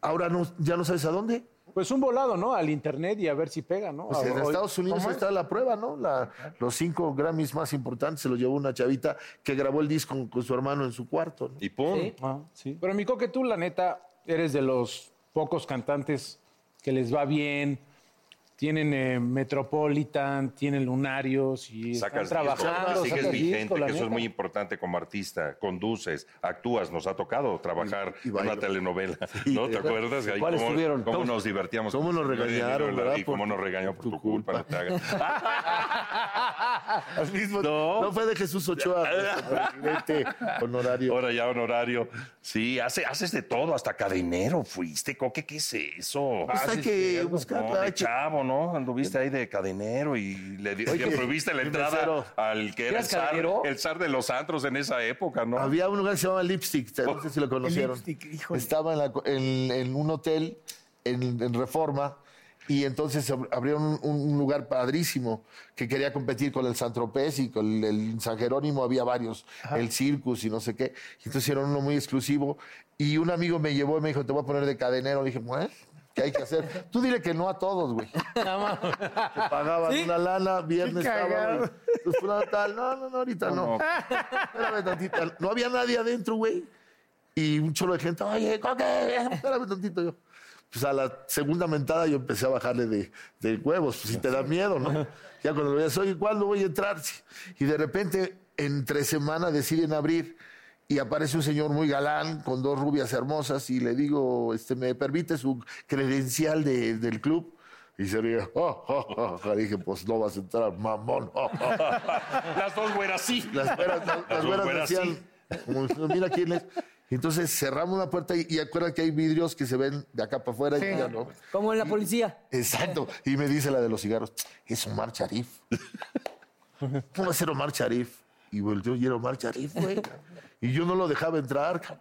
[SPEAKER 13] Ahora no, ya no sabes a dónde.
[SPEAKER 3] Pues un volado, ¿no? Al internet y a ver si pega, ¿no?
[SPEAKER 13] Pues en
[SPEAKER 3] Ah, Hoy-
[SPEAKER 13] Estados Unidos
[SPEAKER 3] ¿Cómo es?
[SPEAKER 13] está la prueba, ¿no? La- los cinco Grammys más importantes se los llevó una chavita que grabó el disco con, con su hermano en su cuarto. ¿no?
[SPEAKER 5] Y
[SPEAKER 3] Sí. Ah, sí. Pero mi coque, tú, la neta, eres de los pocos cantantes que les va bien. Tienen eh, Metropolitan, tienen Lunarios y
[SPEAKER 5] Sacas
[SPEAKER 3] están
[SPEAKER 5] disco,
[SPEAKER 3] trabajando.
[SPEAKER 5] sigues
[SPEAKER 3] sacas
[SPEAKER 5] vigente,
[SPEAKER 3] disco, la
[SPEAKER 5] que eso es
[SPEAKER 3] neta.
[SPEAKER 5] muy importante como artista. Conduces, actúas, nos ha tocado trabajar en una telenovela. ¿No te
[SPEAKER 13] ¿verdad?
[SPEAKER 5] acuerdas? Ahí
[SPEAKER 13] ¿Cuáles
[SPEAKER 5] cómo,
[SPEAKER 13] tuvieron?
[SPEAKER 5] cómo
[SPEAKER 13] ¿Cómo-
[SPEAKER 5] nos divertíamos.
[SPEAKER 13] cómo nos regañaron,
[SPEAKER 5] Y
[SPEAKER 13] verdad?
[SPEAKER 5] cómo
[SPEAKER 13] Por
[SPEAKER 5] nos regañaron por tu culpa. no te hagas.
[SPEAKER 13] Al mismo- no. fue de Jesús Ochoa, presidente honorario.
[SPEAKER 5] Ahora ya honorario. Sí, hace- haces de todo, hasta cadenero fuiste, Coque, ¿qué es eso?
[SPEAKER 13] Pues hay
[SPEAKER 5] Haces
[SPEAKER 13] que
[SPEAKER 5] de algo,
[SPEAKER 13] buscar,
[SPEAKER 5] no, de
[SPEAKER 13] hay que-
[SPEAKER 5] chavo, ¿no? Anduviste ahí de cadenero y le, di-
[SPEAKER 13] Oye,
[SPEAKER 5] le prohibiste la
[SPEAKER 13] el
[SPEAKER 5] entrada
[SPEAKER 13] mesero.
[SPEAKER 5] al que era el
[SPEAKER 13] ¿Eras
[SPEAKER 5] zar,
[SPEAKER 13] cadenero?
[SPEAKER 5] el zar de los antros en esa época, ¿no?
[SPEAKER 13] Había un lugar que se llamaba Lipstick, no sé si lo conocieron. Estaba en, la co- en- en un hotel en, en Reforma y entonces ab- abrieron un, un lugar padrísimo que quería competir con el San Tropez y con el, el San Jerónimo, había varios, el Circus y no sé qué. Y Entonces hicieron uno muy exclusivo y un amigo me llevó y me dijo, te voy a poner de cadenero. Le dije, bueno, ¿qué hay que hacer? Tú dile que no a todos, güey. Te pagaban una lana, viernes,
[SPEAKER 11] Qué
[SPEAKER 13] sábado.
[SPEAKER 11] cagado.
[SPEAKER 13] Pues fulano tal, no, no, no, ahorita no.
[SPEAKER 11] No, no.
[SPEAKER 13] Espérame tantito. No había nadie adentro, güey. Y un cholo de gente, oye, coque, espérame tantito yo. Pues a la segunda mentada yo empecé a bajarle de, de huevos, pues si te da miedo, ¿no? Ya cuando lo veas, oye, ¿cuándo voy a entrar? Sí. Y de repente, entre semana deciden abrir y aparece un señor muy galán con dos rubias hermosas y le digo, este, ¿me permite su credencial de- del club? Y se ríe, oh, oh, oh. dije, pues no vas a entrar, mamón. oh, oh".
[SPEAKER 5] Las dos güeras sí.
[SPEAKER 13] Las güeras, las, las
[SPEAKER 5] dos
[SPEAKER 13] güeras
[SPEAKER 5] güeras
[SPEAKER 13] decían,
[SPEAKER 5] sí.
[SPEAKER 13] como, diciendo, mira quién es. Entonces cerramos una puerta y, y acuérdate que hay vidrios que se ven de acá para afuera
[SPEAKER 2] Sí.
[SPEAKER 13] y ya no.
[SPEAKER 2] Como en la policía.
[SPEAKER 13] Exacto. Y me dice la de los cigarros, es Omar Sharif. ¿Cómo va a ser Omar Sharif? Y volteó y era Omar Sharif, güey. Y yo no lo dejaba entrar. cabrón.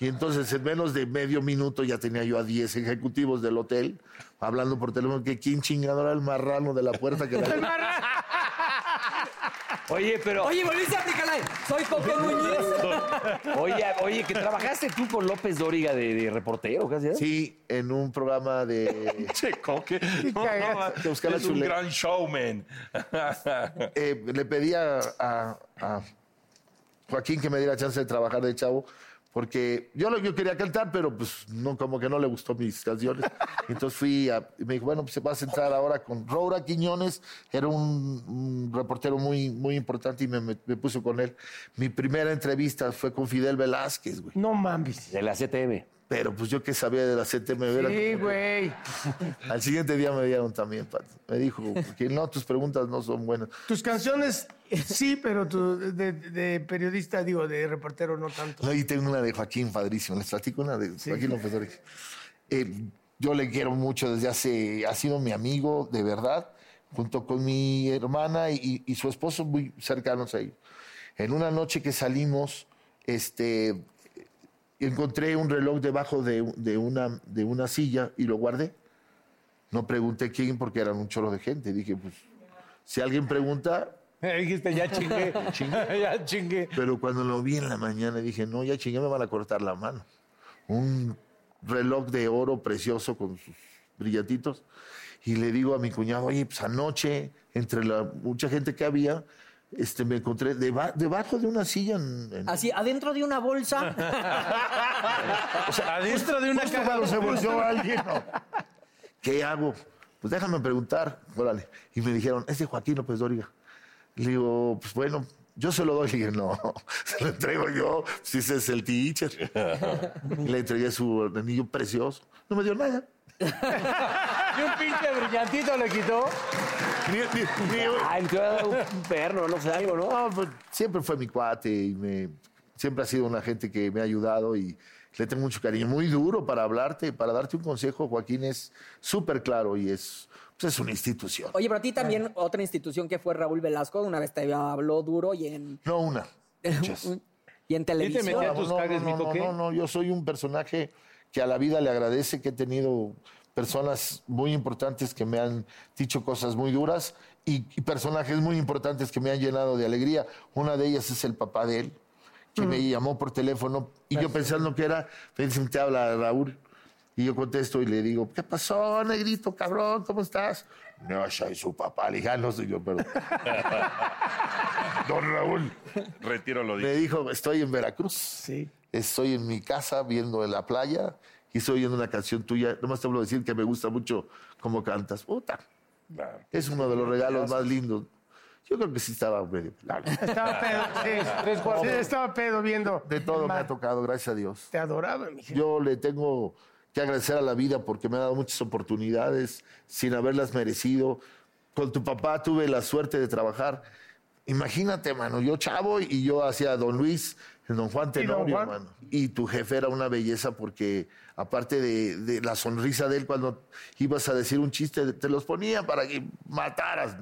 [SPEAKER 13] Y entonces en menos de medio minuto ya tenía yo a 10 ejecutivos del hotel hablando por teléfono que quién chingado era el marrano de la puerta que la...
[SPEAKER 14] Oye, pero.
[SPEAKER 2] Oye, volviste a aplicarla. de, Soy Coque Muñiz.
[SPEAKER 14] Oye, oye, que trabajaste tú con López Dóriga de, de reportero, casi. ¿eh?
[SPEAKER 13] Sí, en un programa de.
[SPEAKER 5] che, coque. No,
[SPEAKER 13] cagado.
[SPEAKER 5] no,
[SPEAKER 13] Que buscar la
[SPEAKER 5] es un
[SPEAKER 13] chuleta.
[SPEAKER 5] gran showman.
[SPEAKER 13] Eh, le pedí a, a- a Joaquín que me diera chance de trabajar de chavo, porque yo lo yo quería cantar, pero pues no, como que no le gustó mis canciones. Entonces fui a, y me dijo, bueno, pues se va a centrar ahora con Roura Quiñones, era un, un reportero muy, muy importante y me, me- me puso con él. Mi primera entrevista fue con Fidel Velázquez, güey.
[SPEAKER 4] No mames.
[SPEAKER 13] De la CTM. Pero pues yo que sabía de la CTM, era
[SPEAKER 4] Sí,
[SPEAKER 13] como-
[SPEAKER 4] güey.
[SPEAKER 13] al siguiente día me dieron también, Pat. Me dijo, porque no, tus preguntas no son buenas.
[SPEAKER 4] Tus canciones, sí, pero tu, de, de periodista, digo, de reportero, no tanto.
[SPEAKER 13] No, y tengo una de Joaquín padrísima. Les platico una de Joaquín López Dóriga. Eh, yo le quiero mucho desde hace... Ha sido mi amigo, de verdad, junto con mi hermana y, y su esposo muy cercanos a ellos. En una noche que salimos, este, encontré un reloj debajo de, de una, de una silla y lo guardé. No pregunté quién porque eran un chorro de gente. Dije, pues, si alguien pregunta,
[SPEAKER 3] Eh, Dijiste, ya chingué. ya chingué.
[SPEAKER 13] pero cuando lo vi en la mañana dije, no, ya chingué, me van a cortar la mano. Un reloj de oro precioso con sus brillatitos. Y le digo a mi cuñado, oye, pues anoche, entre la mucha gente que había, este, me encontré deba- debajo de una silla. en- en-
[SPEAKER 2] Así, adentro de una Ah, bolsa.
[SPEAKER 13] o sea,
[SPEAKER 3] Adentro
[SPEAKER 13] justo-
[SPEAKER 3] de una
[SPEAKER 13] justo
[SPEAKER 3] caja.
[SPEAKER 13] cuando se volteó alguien. ¿no? ¿Qué hago? Pues déjame preguntar. Órale. Y me dijeron, es de Joaquín López Dóriga. Le digo, pues bueno, yo se lo doy. Le dije, no, se lo entrego yo. Si ese es el teacher. Le entregué su anillo precioso. No me dio nada.
[SPEAKER 3] Y un pinche brillantito le quitó.
[SPEAKER 13] Ah,
[SPEAKER 14] entró un perro, no sé, algo, ¿no?
[SPEAKER 13] pues, siempre fue mi cuate y me, siempre ha sido una gente que me ha ayudado y le tengo mucho cariño. Muy duro para hablarte, para darte un consejo, Joaquín, es súper claro y es, pues, es una institución.
[SPEAKER 12] Oye, pero a ti también otra institución que fue Raúl Velasco, una vez te habló duro y en...
[SPEAKER 13] No una.
[SPEAKER 12] Un- Y en televisión.
[SPEAKER 13] no, no, no, no, yo soy un personaje que a la vida le agradece, que he tenido personas muy importantes que me han dicho cosas muy duras y, y personajes muy importantes que me han llenado de alegría. Una de ellas es el papá de él, que me llamó por teléfono y yo pensando que era, me dicen, te habla Raúl. Y yo contesto y le digo, ¿qué pasó, negrito, cabrón? ¿Cómo estás? No, soy su papá. Le dije, "Ah, no soy yo, perdón. Don Raúl.
[SPEAKER 5] Retiro lo
[SPEAKER 13] Me
[SPEAKER 5] dicho.
[SPEAKER 13] dijo, estoy en Veracruz. Estoy en mi casa viendo en la playa y estoy oyendo una canción tuya. Nomás te vuelvo a decir que me gusta mucho cómo cantas. Puta. Es uno de los regalos más lindos. Yo creo que sí estaba medio pelado.
[SPEAKER 4] Estaba pedo, sí.
[SPEAKER 13] Tres cuartos.
[SPEAKER 4] Sí, estaba pedo viendo.
[SPEAKER 13] De todo me ha tocado, gracias a Dios.
[SPEAKER 4] Te adoraba, mi
[SPEAKER 13] Yo le tengo que agradecer a la vida porque me ha dado muchas oportunidades sin haberlas merecido. Con tu papá tuve la suerte de trabajar. Imagínate, mano, yo chavo y yo hacía Don Luis, el Don Juan
[SPEAKER 4] Y Don
[SPEAKER 13] Tenorio,
[SPEAKER 4] Juan.
[SPEAKER 13] mano. Y tu jefe era una belleza porque aparte de, de la sonrisa de él cuando ibas a decir un chiste, te los ponía para que mataras.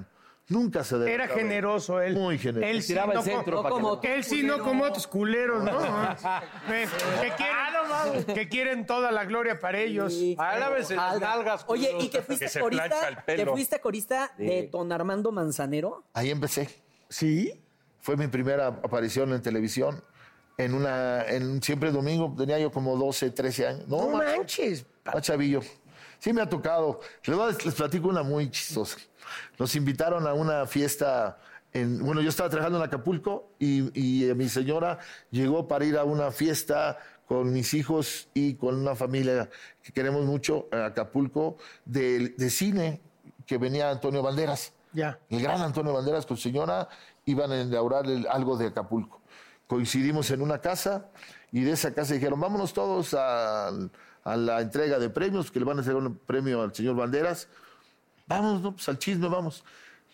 [SPEAKER 13] Nunca se
[SPEAKER 4] Era
[SPEAKER 13] delataba.
[SPEAKER 4] generoso él.
[SPEAKER 13] Muy generoso.
[SPEAKER 4] Él sí, no co- no como, él sí, no como otros culeros, ¿no? que, que
[SPEAKER 12] Ah,
[SPEAKER 4] quieren, que quieren toda la gloria para ellos.
[SPEAKER 2] Ah,
[SPEAKER 12] Álvese las Ojalá. nalgas, Oye, culeros. y que fuiste corista-
[SPEAKER 13] que
[SPEAKER 12] fuiste corista de
[SPEAKER 13] Sí.
[SPEAKER 12] Don Armando Manzanero.
[SPEAKER 13] Ahí empecé. ¿Sí? Fue mi primera aparición en televisión. En una, en siempre domingo, tenía yo como 12, 13 años. No, manches. Más chavillo. Sí me ha tocado. Les, voy a- les platico una muy chistosa. Nos invitaron a una fiesta. En, bueno, yo estaba trabajando en Acapulco y, y, eh, mi señora llegó para ir a una fiesta con mis hijos y con una familia que queremos mucho, a Acapulco, de, de cine, que venía Antonio Banderas.
[SPEAKER 4] Ya.
[SPEAKER 13] El gran Antonio Banderas con su señora iban a inaugurar el- algo de Acapulco. Coincidimos en una casa y de esa casa dijeron, vámonos todos al- a, la entrega de premios, que le van a hacer un premio al señor Banderas. Vamos, no, pues al chisme, vamos.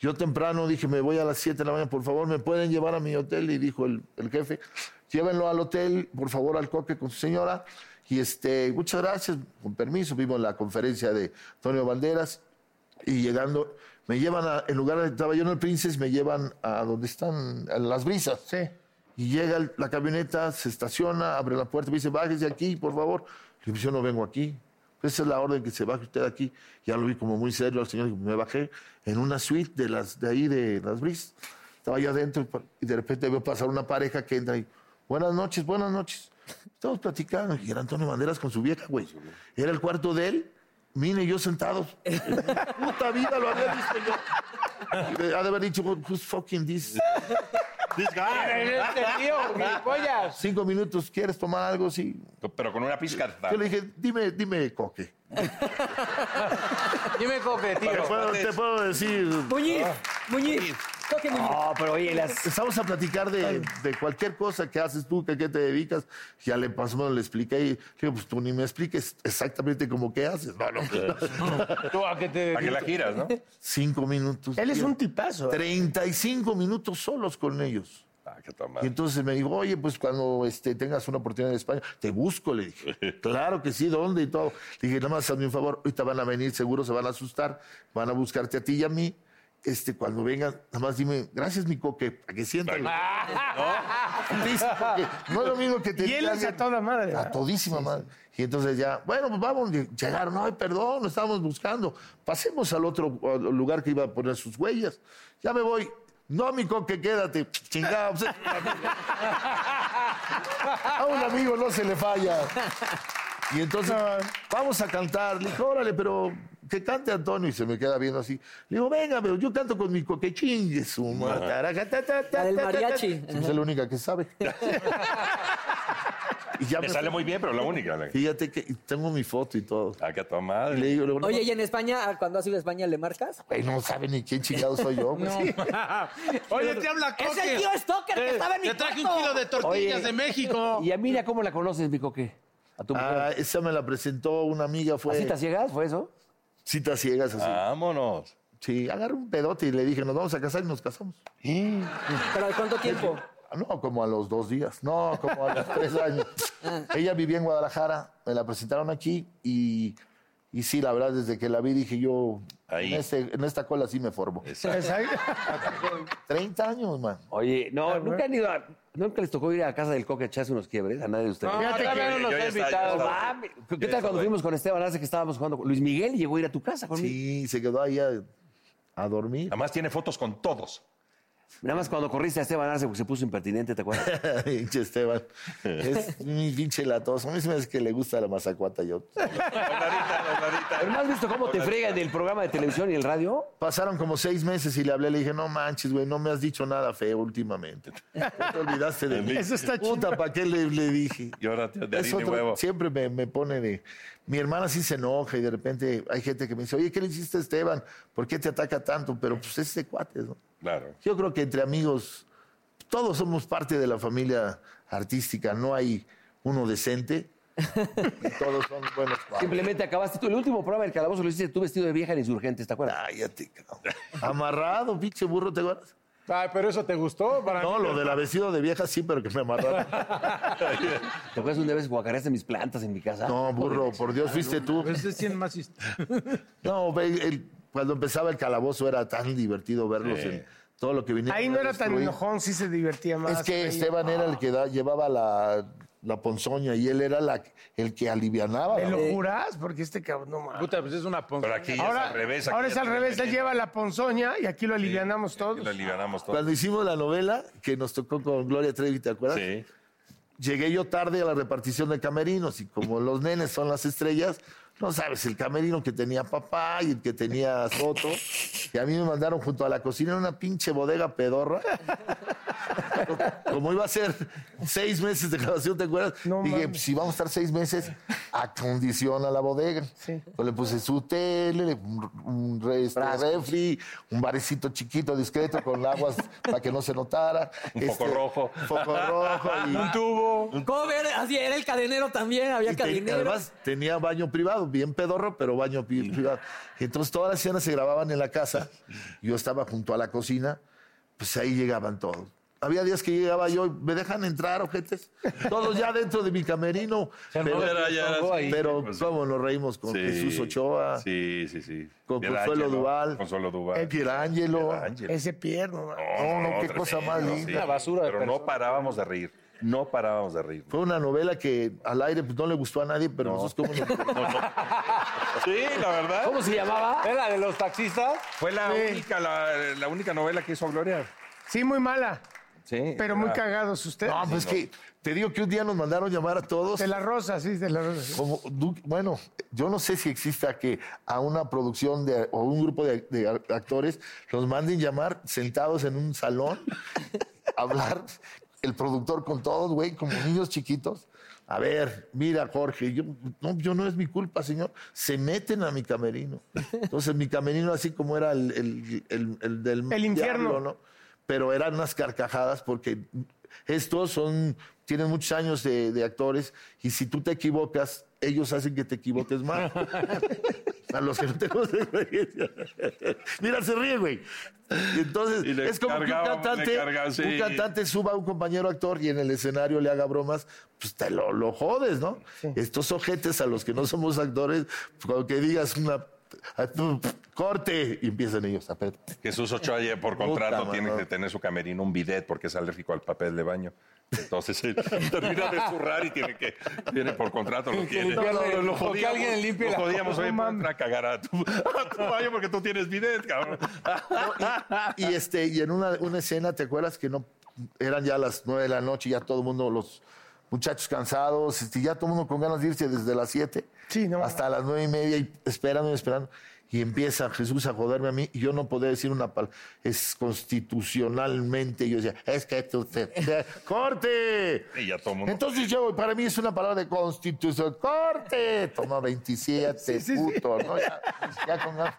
[SPEAKER 13] Yo temprano dije, me voy a las 7 de la mañana, por favor, ¿me pueden llevar a mi hotel? Y dijo el, el jefe, llévenlo al hotel, por favor, al coque con su señora. Y este, muchas gracias, con permiso, vimos la conferencia de Antonio Banderas y llegando, me llevan a, en lugar de estaba yo en el Princess, me llevan a donde están a las brisas. Y llega el- la camioneta, se estaciona, abre la puerta, me dice, bájese aquí, por favor. Le digo, yo no vengo aquí. Esa es la orden que se baje usted aquí. Ya lo vi como muy serio al señor, y me bajé en una suite de, las, de ahí, de las brisas. Estaba yo adentro y de repente veo pasar una pareja que entra y, buenas noches, buenas noches. Estamos platicando y era Antonio Banderas con su vieja, güey. Era el cuarto de él, Mine y yo sentados. Puta vida, lo había visto yo. Ha de haber dicho, who's fucking this? This Cinco minutos, ¿quieres tomar algo? Sí.
[SPEAKER 5] Pero con una pizca.
[SPEAKER 13] Yo le dije, dime, dime, coque.
[SPEAKER 14] Dime, coque,
[SPEAKER 13] Te puedo, te puedo decir.
[SPEAKER 12] Muñiz, Muñiz. Coque Muñiz.
[SPEAKER 3] Ah,
[SPEAKER 13] Estamos a platicar de, de cualquier cosa que haces tú, que a qué te dedicas. Ya le pasó, bueno, le expliqué y le dije, pues tú ni me expliques exactamente cómo qué haces. No, no.
[SPEAKER 3] Tú, ¿a qué te
[SPEAKER 13] ¿A qué la giras, no? Cinco minutos.
[SPEAKER 4] Él es un tipazo. ¿eh?
[SPEAKER 13] 35 minutos solos con ellos. Y entonces me dijo, oye, pues cuando este, tengas una oportunidad en España, te busco, le dije. Claro que sí, ¿dónde? Y todo. Le dije, nada más hazme un favor, ahorita van a venir, seguro se van a asustar, van a buscarte a ti y a mí. Este, cuando vengan, nada más dime, gracias, mi coque, para que sientan. Listo, porque no es lo mismo que te
[SPEAKER 4] Y él es a toda madre.
[SPEAKER 13] A todísima madre. Y entonces ya, bueno, pues vamos, llegaron, ay, perdón, lo estábamos buscando. Pasemos al otro al lugar que iba a poner sus huellas. Ya me voy. No, mi coque, quédate. Chingada. pues, a un amigo no se le falla. Y entonces, vamos a cantar. Le dijo, órale, pero que cante Antonio. Y se me queda viendo así. Le digo, venga, pero yo canto con mi coque, chingue su madre.
[SPEAKER 12] La del mariachi.
[SPEAKER 13] Sí, pues, es la única que sabe. y ya
[SPEAKER 5] Me sale muy bien, pero la única, la-
[SPEAKER 13] Fíjate que tengo mi foto y todo.
[SPEAKER 5] Acá tu madre.
[SPEAKER 13] Le digo,
[SPEAKER 12] Oye, ¿y en España, ah, cuando has ido a España, le marcas?
[SPEAKER 13] Güey, no sabe ni quién chingado soy yo. pues". güey. Sí.
[SPEAKER 12] Oye, te habla Coque. Eh, Es el tío Stoker
[SPEAKER 2] Eh,
[SPEAKER 12] que estaba en mi cuarto.
[SPEAKER 14] Oye, ¿Y a Mira cómo la conoces, mi coque? A tu
[SPEAKER 13] Ah, esa me la presentó una amiga. Fue...
[SPEAKER 14] ¿A citas ciegas? ¿Fue eso?
[SPEAKER 13] Citas ciegas, así.
[SPEAKER 5] Vámonos.
[SPEAKER 13] Sí, agarré un pedote y le dije, nos vamos a casar y nos casamos. Ah,
[SPEAKER 12] ¿Pero de cuánto tiempo?
[SPEAKER 13] No, como a los dos días. No, como a los tres años. Ella vivía en Guadalajara, me la presentaron aquí y, y sí, la verdad, desde que la vi dije yo, En, este- en esta cola sí me formo.
[SPEAKER 8] Exacto.
[SPEAKER 13] 30 años, man.
[SPEAKER 8] Oye, no, nunca han ido a- nunca les tocó ir a casa del coque a echarse unos quiebres a nadie de ustedes.
[SPEAKER 3] No, Fíjate todavía que- no nos yo ya ha estaba- invitado. yo estaba-
[SPEAKER 8] Mami,
[SPEAKER 3] yo
[SPEAKER 8] ¿Qué
[SPEAKER 3] estaba
[SPEAKER 8] tal cuando
[SPEAKER 3] ahí.
[SPEAKER 8] fuimos con Esteban hace que estábamos jugando? con- Luis Miguel llegó a ir a tu casa conmigo.
[SPEAKER 13] Sí, se quedó ahí a, a dormir.
[SPEAKER 8] Además tiene fotos con todos. Nada más cuando corriste a Esteban Arce porque se puso impertinente, ¿te acuerdas?
[SPEAKER 13] Pinche Esteban. Es mi pinche latoso. A mí se me hace que le gusta la mazacuata yo.
[SPEAKER 8] Pero ¿no has visto cómo te fregan del programa de televisión y el radio?
[SPEAKER 13] Pasaron como seis meses y le hablé, le dije, no manches, güey, no me has dicho nada feo últimamente. Ya te olvidaste de mí.
[SPEAKER 5] Eso está chido.
[SPEAKER 13] Puta, ¿para qué le, le dije?
[SPEAKER 5] Y ahora tío, de
[SPEAKER 13] Es
[SPEAKER 5] harina y
[SPEAKER 13] otro-
[SPEAKER 5] huevo.
[SPEAKER 13] Siempre me, me pone de... Mi hermana sí se enoja y de repente hay gente que me dice, oye, ¿qué le hiciste a Esteban? ¿Por qué te ataca tanto? Pero pues es de cuates, ¿no?
[SPEAKER 5] Claro.
[SPEAKER 13] Yo creo que entre amigos, todos somos parte de la familia artística, no hay uno decente. Todos son buenos padres.
[SPEAKER 8] Simplemente acabaste tú. El último programa del calabozo lo hiciste tú vestido de vieja en insurgentes, ¿te acuerdas?
[SPEAKER 13] Cállate, Amarrado, pinche burro, ¿te acuerdas?
[SPEAKER 3] Ay, pero eso te gustó. Para
[SPEAKER 13] No,
[SPEAKER 3] mí
[SPEAKER 13] lo del vestido de vieja sí, pero que me amarraron.
[SPEAKER 8] ¿Te acuerdas una vez guacareaste mis plantas en mi casa?
[SPEAKER 13] No, burro, por Dios, fuiste tú.
[SPEAKER 3] Ese sí Pues es más hist-
[SPEAKER 13] No, ve, el- cuando empezaba el calabozo era tan divertido verlos
[SPEAKER 4] Sí.
[SPEAKER 13] en todo lo que venía.
[SPEAKER 4] Ahí no era tan enojón, sí se divertía más.
[SPEAKER 13] Es que
[SPEAKER 4] Ahí-
[SPEAKER 13] Esteban era
[SPEAKER 4] ¡ah!
[SPEAKER 13] el que da- llevaba la, la ponzoña y él era la- el que alivianaba.
[SPEAKER 4] ¿Me
[SPEAKER 13] la-
[SPEAKER 4] lo juras? Porque este cabrón no mames.
[SPEAKER 3] Puta, pues es una ponzoña.
[SPEAKER 5] Pero aquí ya
[SPEAKER 4] Ahora,
[SPEAKER 5] es al revés. aquí ya
[SPEAKER 4] ahora es al
[SPEAKER 5] tiene
[SPEAKER 4] revés, él
[SPEAKER 5] veneno.
[SPEAKER 4] lleva la ponzoña y aquí lo alivianamos todos.
[SPEAKER 5] Lo alivianamos todo.
[SPEAKER 13] Cuando hicimos la novela que nos tocó con Gloria Trevi, ¿te acuerdas?
[SPEAKER 5] Sí.
[SPEAKER 13] Llegué yo tarde a la repartición de camerinos y como los nenes son las estrellas, no sabes, el camerino que tenía papá y el que tenía Soto. Y a mí me mandaron junto a la cocina en una pinche bodega pedorra. Como iba a ser seis meses de grabación, ¿te acuerdas? Dije, pues, si vamos a estar seis meses, acondiciona la bodega. Pues le puse su tele, le- un, un re- este, refri, un barecito chiquito, discreto, con aguas para que no se notara. Este,
[SPEAKER 5] Un foco rojo.
[SPEAKER 13] Foco rojo. Y,
[SPEAKER 5] Un
[SPEAKER 3] tubo.
[SPEAKER 2] Cover, así era el cadenero también, había
[SPEAKER 13] y te-
[SPEAKER 2] cadenero.
[SPEAKER 13] además tenía baño privado, bien pedorro, pero baño pi- privado. Entonces todas las escenas se grababan en la casa. Yo estaba junto a la cocina, pues ahí llegaban todos. Había días que llegaba yo, y, ¿me dejan entrar, ojetes? Todos ya dentro de mi camerino. Pero,
[SPEAKER 5] armó, ya era, ya era.
[SPEAKER 13] pero cómo nos reímos con Jesús Ochoa,
[SPEAKER 5] Sí, sí, sí.
[SPEAKER 13] con Consuelo
[SPEAKER 5] Pierangelo,
[SPEAKER 13] Duval,
[SPEAKER 5] Consuelo Duval.
[SPEAKER 13] eh, Pierangelo.
[SPEAKER 4] Ese pierno.
[SPEAKER 13] No, no, qué cosa más linda. Una basura de
[SPEAKER 5] Pero no parábamos de reír. No parábamos de reír.
[SPEAKER 13] Fue una novela que al aire pues, no le gustó a nadie, pero nosotros cómo nos
[SPEAKER 5] Sí, la verdad.
[SPEAKER 14] ¿Cómo se llamaba? ¿Era de los taxistas?
[SPEAKER 5] Fue la
[SPEAKER 4] Sí.
[SPEAKER 5] única, la, la única novela que hizo Gloria.
[SPEAKER 4] Sí, muy mala.
[SPEAKER 5] Sí.
[SPEAKER 4] Pero muy cagados ustedes. ¿eh?
[SPEAKER 13] No, pues es que te digo que un día nos mandaron llamar a todos.
[SPEAKER 4] De la rosa, sí, de la rosa.
[SPEAKER 13] Como, du- bueno, yo no sé si exista que a una producción de, o un grupo de, de a- actores los manden llamar sentados en un salón, hablar el productor con todos, güey, como niños chiquitos. A ver, mira, Jorge, yo no, yo no es mi culpa, señor. Se meten a mi camerino. Entonces, mi camerino, así como era el, el- el- el del
[SPEAKER 4] El infierno.
[SPEAKER 13] diablo, ¿no? Pero eran unas carcajadas porque estos son, tienen muchos años de, de actores y si tú te equivocas, ellos hacen que te equivoques más. A los que no tenemos experiencia. Mira, se ríe, güey. Entonces,
[SPEAKER 5] Y le
[SPEAKER 13] es como que un
[SPEAKER 5] cargábamos, le
[SPEAKER 13] cantante,
[SPEAKER 5] cargaba, sí.
[SPEAKER 13] un cantante suba a un compañero actor y en el escenario le haga bromas, pues te lo, lo jodes, ¿no? Estos ojetes a los que no somos actores, pues cuando que digas una... "Ah, Corte y empiezan ellos a...
[SPEAKER 5] Jesús Ochoa ya por
[SPEAKER 13] Puta,
[SPEAKER 5] contrato
[SPEAKER 13] mano.
[SPEAKER 5] tiene que tener su camerino un bidet porque es alérgico al papel de baño. Entonces él termina de zurrar y tiene que tiene por contrato lo tiene.
[SPEAKER 3] limpiarle- o que
[SPEAKER 5] jodíamos,
[SPEAKER 3] alguien limpie
[SPEAKER 5] lo
[SPEAKER 3] la-
[SPEAKER 5] jodíamos,
[SPEAKER 3] No
[SPEAKER 5] oye, para entrar a cagar a tu, a tu baño porque tú tienes bidet, cabrón.
[SPEAKER 13] y este y en una, una escena te acuerdas que no eran ya las nueve de la noche ya todo el mundo los muchachos cansados este, ya todo el mundo con ganas de irse desde las siete hasta las nueve y media y esperando y esperando y empieza Jesús a joderme a mí y yo no podía decir una palabra es constitucionalmente yo decía es que tú te- te- corte
[SPEAKER 5] Y ya todo el mundo.
[SPEAKER 13] entonces yo, para mí es una palabra de constitución. ¡Corte! Toma 27, puto, ¿no? Ya, ya con ganas.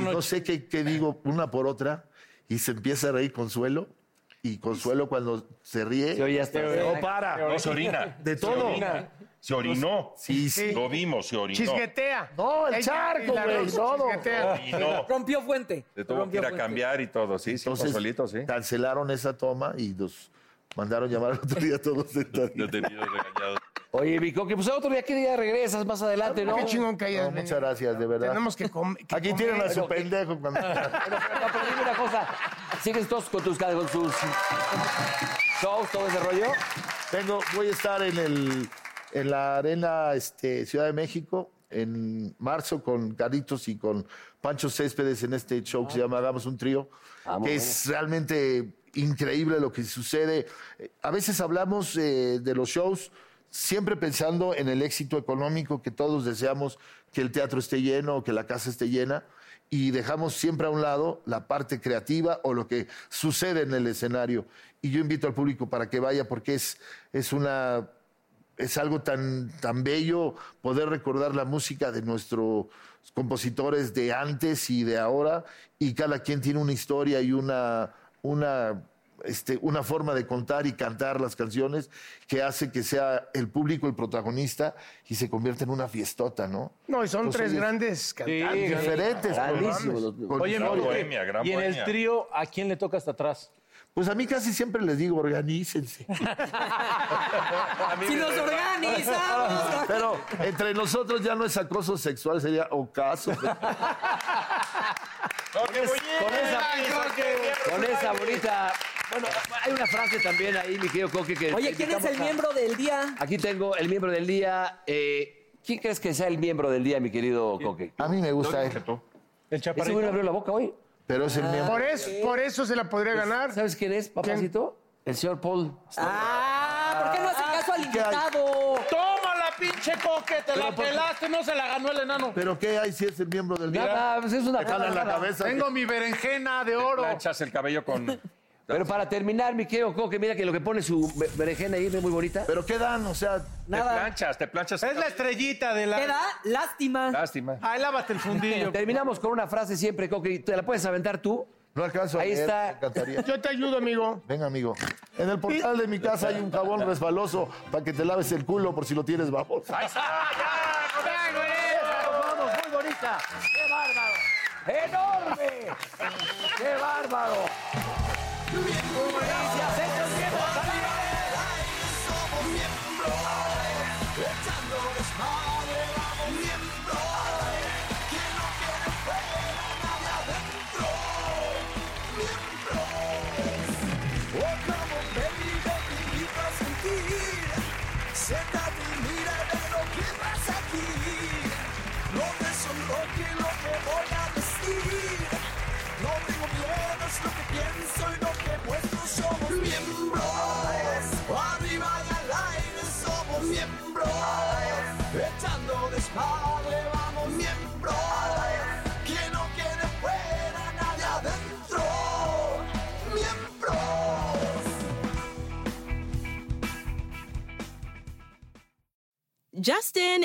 [SPEAKER 13] Y no, sé qué, qué digo una por otra y se empieza a reír Consuelo. Y Consuelo cuando se ríe...
[SPEAKER 8] Se oye hasta-
[SPEAKER 13] No para.
[SPEAKER 5] No se orina.
[SPEAKER 13] De
[SPEAKER 5] Se
[SPEAKER 13] todo.
[SPEAKER 5] orina. Se orinó.
[SPEAKER 13] Sí, sí.
[SPEAKER 5] Lo vimos, se orinó.
[SPEAKER 4] Chisquetea.
[SPEAKER 13] No, el
[SPEAKER 4] Ella-
[SPEAKER 13] charco,
[SPEAKER 4] y la
[SPEAKER 13] güey,
[SPEAKER 4] rosa
[SPEAKER 13] todo.
[SPEAKER 4] chisquetea.
[SPEAKER 5] Y no.
[SPEAKER 2] Rompió fuente.
[SPEAKER 5] Se tuvo que ir a
[SPEAKER 2] fuente.
[SPEAKER 5] cambiar y todo, sí, sí,
[SPEAKER 13] Entonces,
[SPEAKER 5] Consuelito, sí.
[SPEAKER 13] cancelaron esa toma y nos mandaron llamar al otro día todos sentados.
[SPEAKER 5] Detenidos, regañados.
[SPEAKER 14] Oye, mi Coqui, pues otro día, ¿qué día regresas más adelante, no?
[SPEAKER 13] Ah, Qué chingón que hayas venido.
[SPEAKER 14] muchas gracias, de verdad.
[SPEAKER 13] Tenemos
[SPEAKER 4] que comer.
[SPEAKER 13] Aquí tienen a su pendejo. cuando-
[SPEAKER 14] No, pero dime una cosa. ¿Sigues todos con tus con sus shows, todo ese rollo?
[SPEAKER 13] Tengo, voy a estar en, el, en la Arena este, Ciudad de México en marzo con Carlitos y con Pancho Céspedes en este show
[SPEAKER 14] Ah.
[SPEAKER 13] que se llama Hagamos un Trío, que es realmente increíble lo que sucede. Eh, A veces hablamos eh, de los shows siempre pensando en el éxito económico que todos deseamos, que el teatro esté lleno, que la casa esté llena, y dejamos siempre a un lado la parte creativa o lo que sucede en el escenario. Y yo invito al público para que vaya porque es, es una... Es algo tan, tan bello poder recordar la música de nuestros compositores de antes y de ahora, y cada quien tiene una historia y una, una este, una forma de contar y cantar las canciones que hace que sea el público el protagonista y se convierte en una fiestota, ¿no?
[SPEAKER 4] No, y son
[SPEAKER 13] Entonces,
[SPEAKER 4] tres grandes cantantes.
[SPEAKER 13] Pues sí, diferentes,
[SPEAKER 4] Grandísimos.
[SPEAKER 13] con- con-
[SPEAKER 14] Oye, mi
[SPEAKER 13] con-
[SPEAKER 14] Coqui,
[SPEAKER 13] bohemia, gran
[SPEAKER 14] y en el
[SPEAKER 13] bohemia.
[SPEAKER 14] trío, ¿a quién le toca hasta atrás?
[SPEAKER 13] Pues a mí casi siempre les digo, organícense.
[SPEAKER 12] Si nos organizamos.
[SPEAKER 13] Pero entre nosotros ya no es acoso sexual, sería ocaso.
[SPEAKER 14] Con esa, con esa bonita. Bueno, hay una frase también ahí, mi querido Coque. Que
[SPEAKER 2] Oye, ¿quién es el miembro del día?
[SPEAKER 14] Aquí tengo el miembro del día. eh, ¿Quién crees que sea el miembro del día, mi querido Coque?
[SPEAKER 13] A mí me gusta él.
[SPEAKER 14] El
[SPEAKER 13] chaparrito.
[SPEAKER 14] Ese güey no abrió la boca hoy.
[SPEAKER 13] Pero es el miembro.
[SPEAKER 4] Por eso, por eso se la podría ganar.
[SPEAKER 14] Pues, ¿Sabes quién es, papacito? El señor Paul.
[SPEAKER 2] Ah, ¿por qué no hace caso al invitado?
[SPEAKER 3] Toma la pinche coque, te la pelaste, no se la ganó el enano.
[SPEAKER 13] Pero ¿qué hay si es el miembro del día?
[SPEAKER 14] Nada, pues es una
[SPEAKER 13] Te jalan la
[SPEAKER 14] pendejada.
[SPEAKER 13] cabeza.
[SPEAKER 14] Tengo
[SPEAKER 4] mi berenjena de oro.
[SPEAKER 5] Planchas el cabello con.
[SPEAKER 14] Pero para terminar, mi querido Coque, mira que lo que pone su be- berenjena ahí, ve muy bonita.
[SPEAKER 13] Pero ¿qué dan? O sea,
[SPEAKER 5] Te planchas, te planchas.
[SPEAKER 3] Es la estrellita de la.
[SPEAKER 2] ¿Qué da? Lástima.
[SPEAKER 5] Lástima.
[SPEAKER 3] Ahí lávate el fundillo.
[SPEAKER 14] Terminamos con una frase siempre, Coque. ¿Te la puedes aventar tú?
[SPEAKER 13] No alcanzo a
[SPEAKER 14] Ahí
[SPEAKER 13] leer,
[SPEAKER 14] está.
[SPEAKER 13] me encantaría.
[SPEAKER 4] Yo te ayudo, amigo.
[SPEAKER 13] Venga, amigo. En el portal de mi casa hay un jabón resbaloso para que te laves el culo por si lo tienes baboso.
[SPEAKER 14] ¡Vamos, muy bonita! ¡Qué bárbaro! ¡Enorme! ¡Qué bárbaro!
[SPEAKER 12] Gracias, eso es miembro al aire. Somos miembro al aire. Echando desmadre, vamos miembro al aire. Quien no tiene pena, nadie adentro. Miembros. Oh, como baby, baby, vibra a sentir. Siéntate y mira de lo que pasa aquí. No te sonroje lo que voy a decir. No tengo miedo, es lo que pienso y lo que muestro. Somos miembros, arriba y al aire somos miembros. Echando desmadre, vamos miembros. Quien no quiere fuera, nadie adentro. Miembros.
[SPEAKER 15] Justin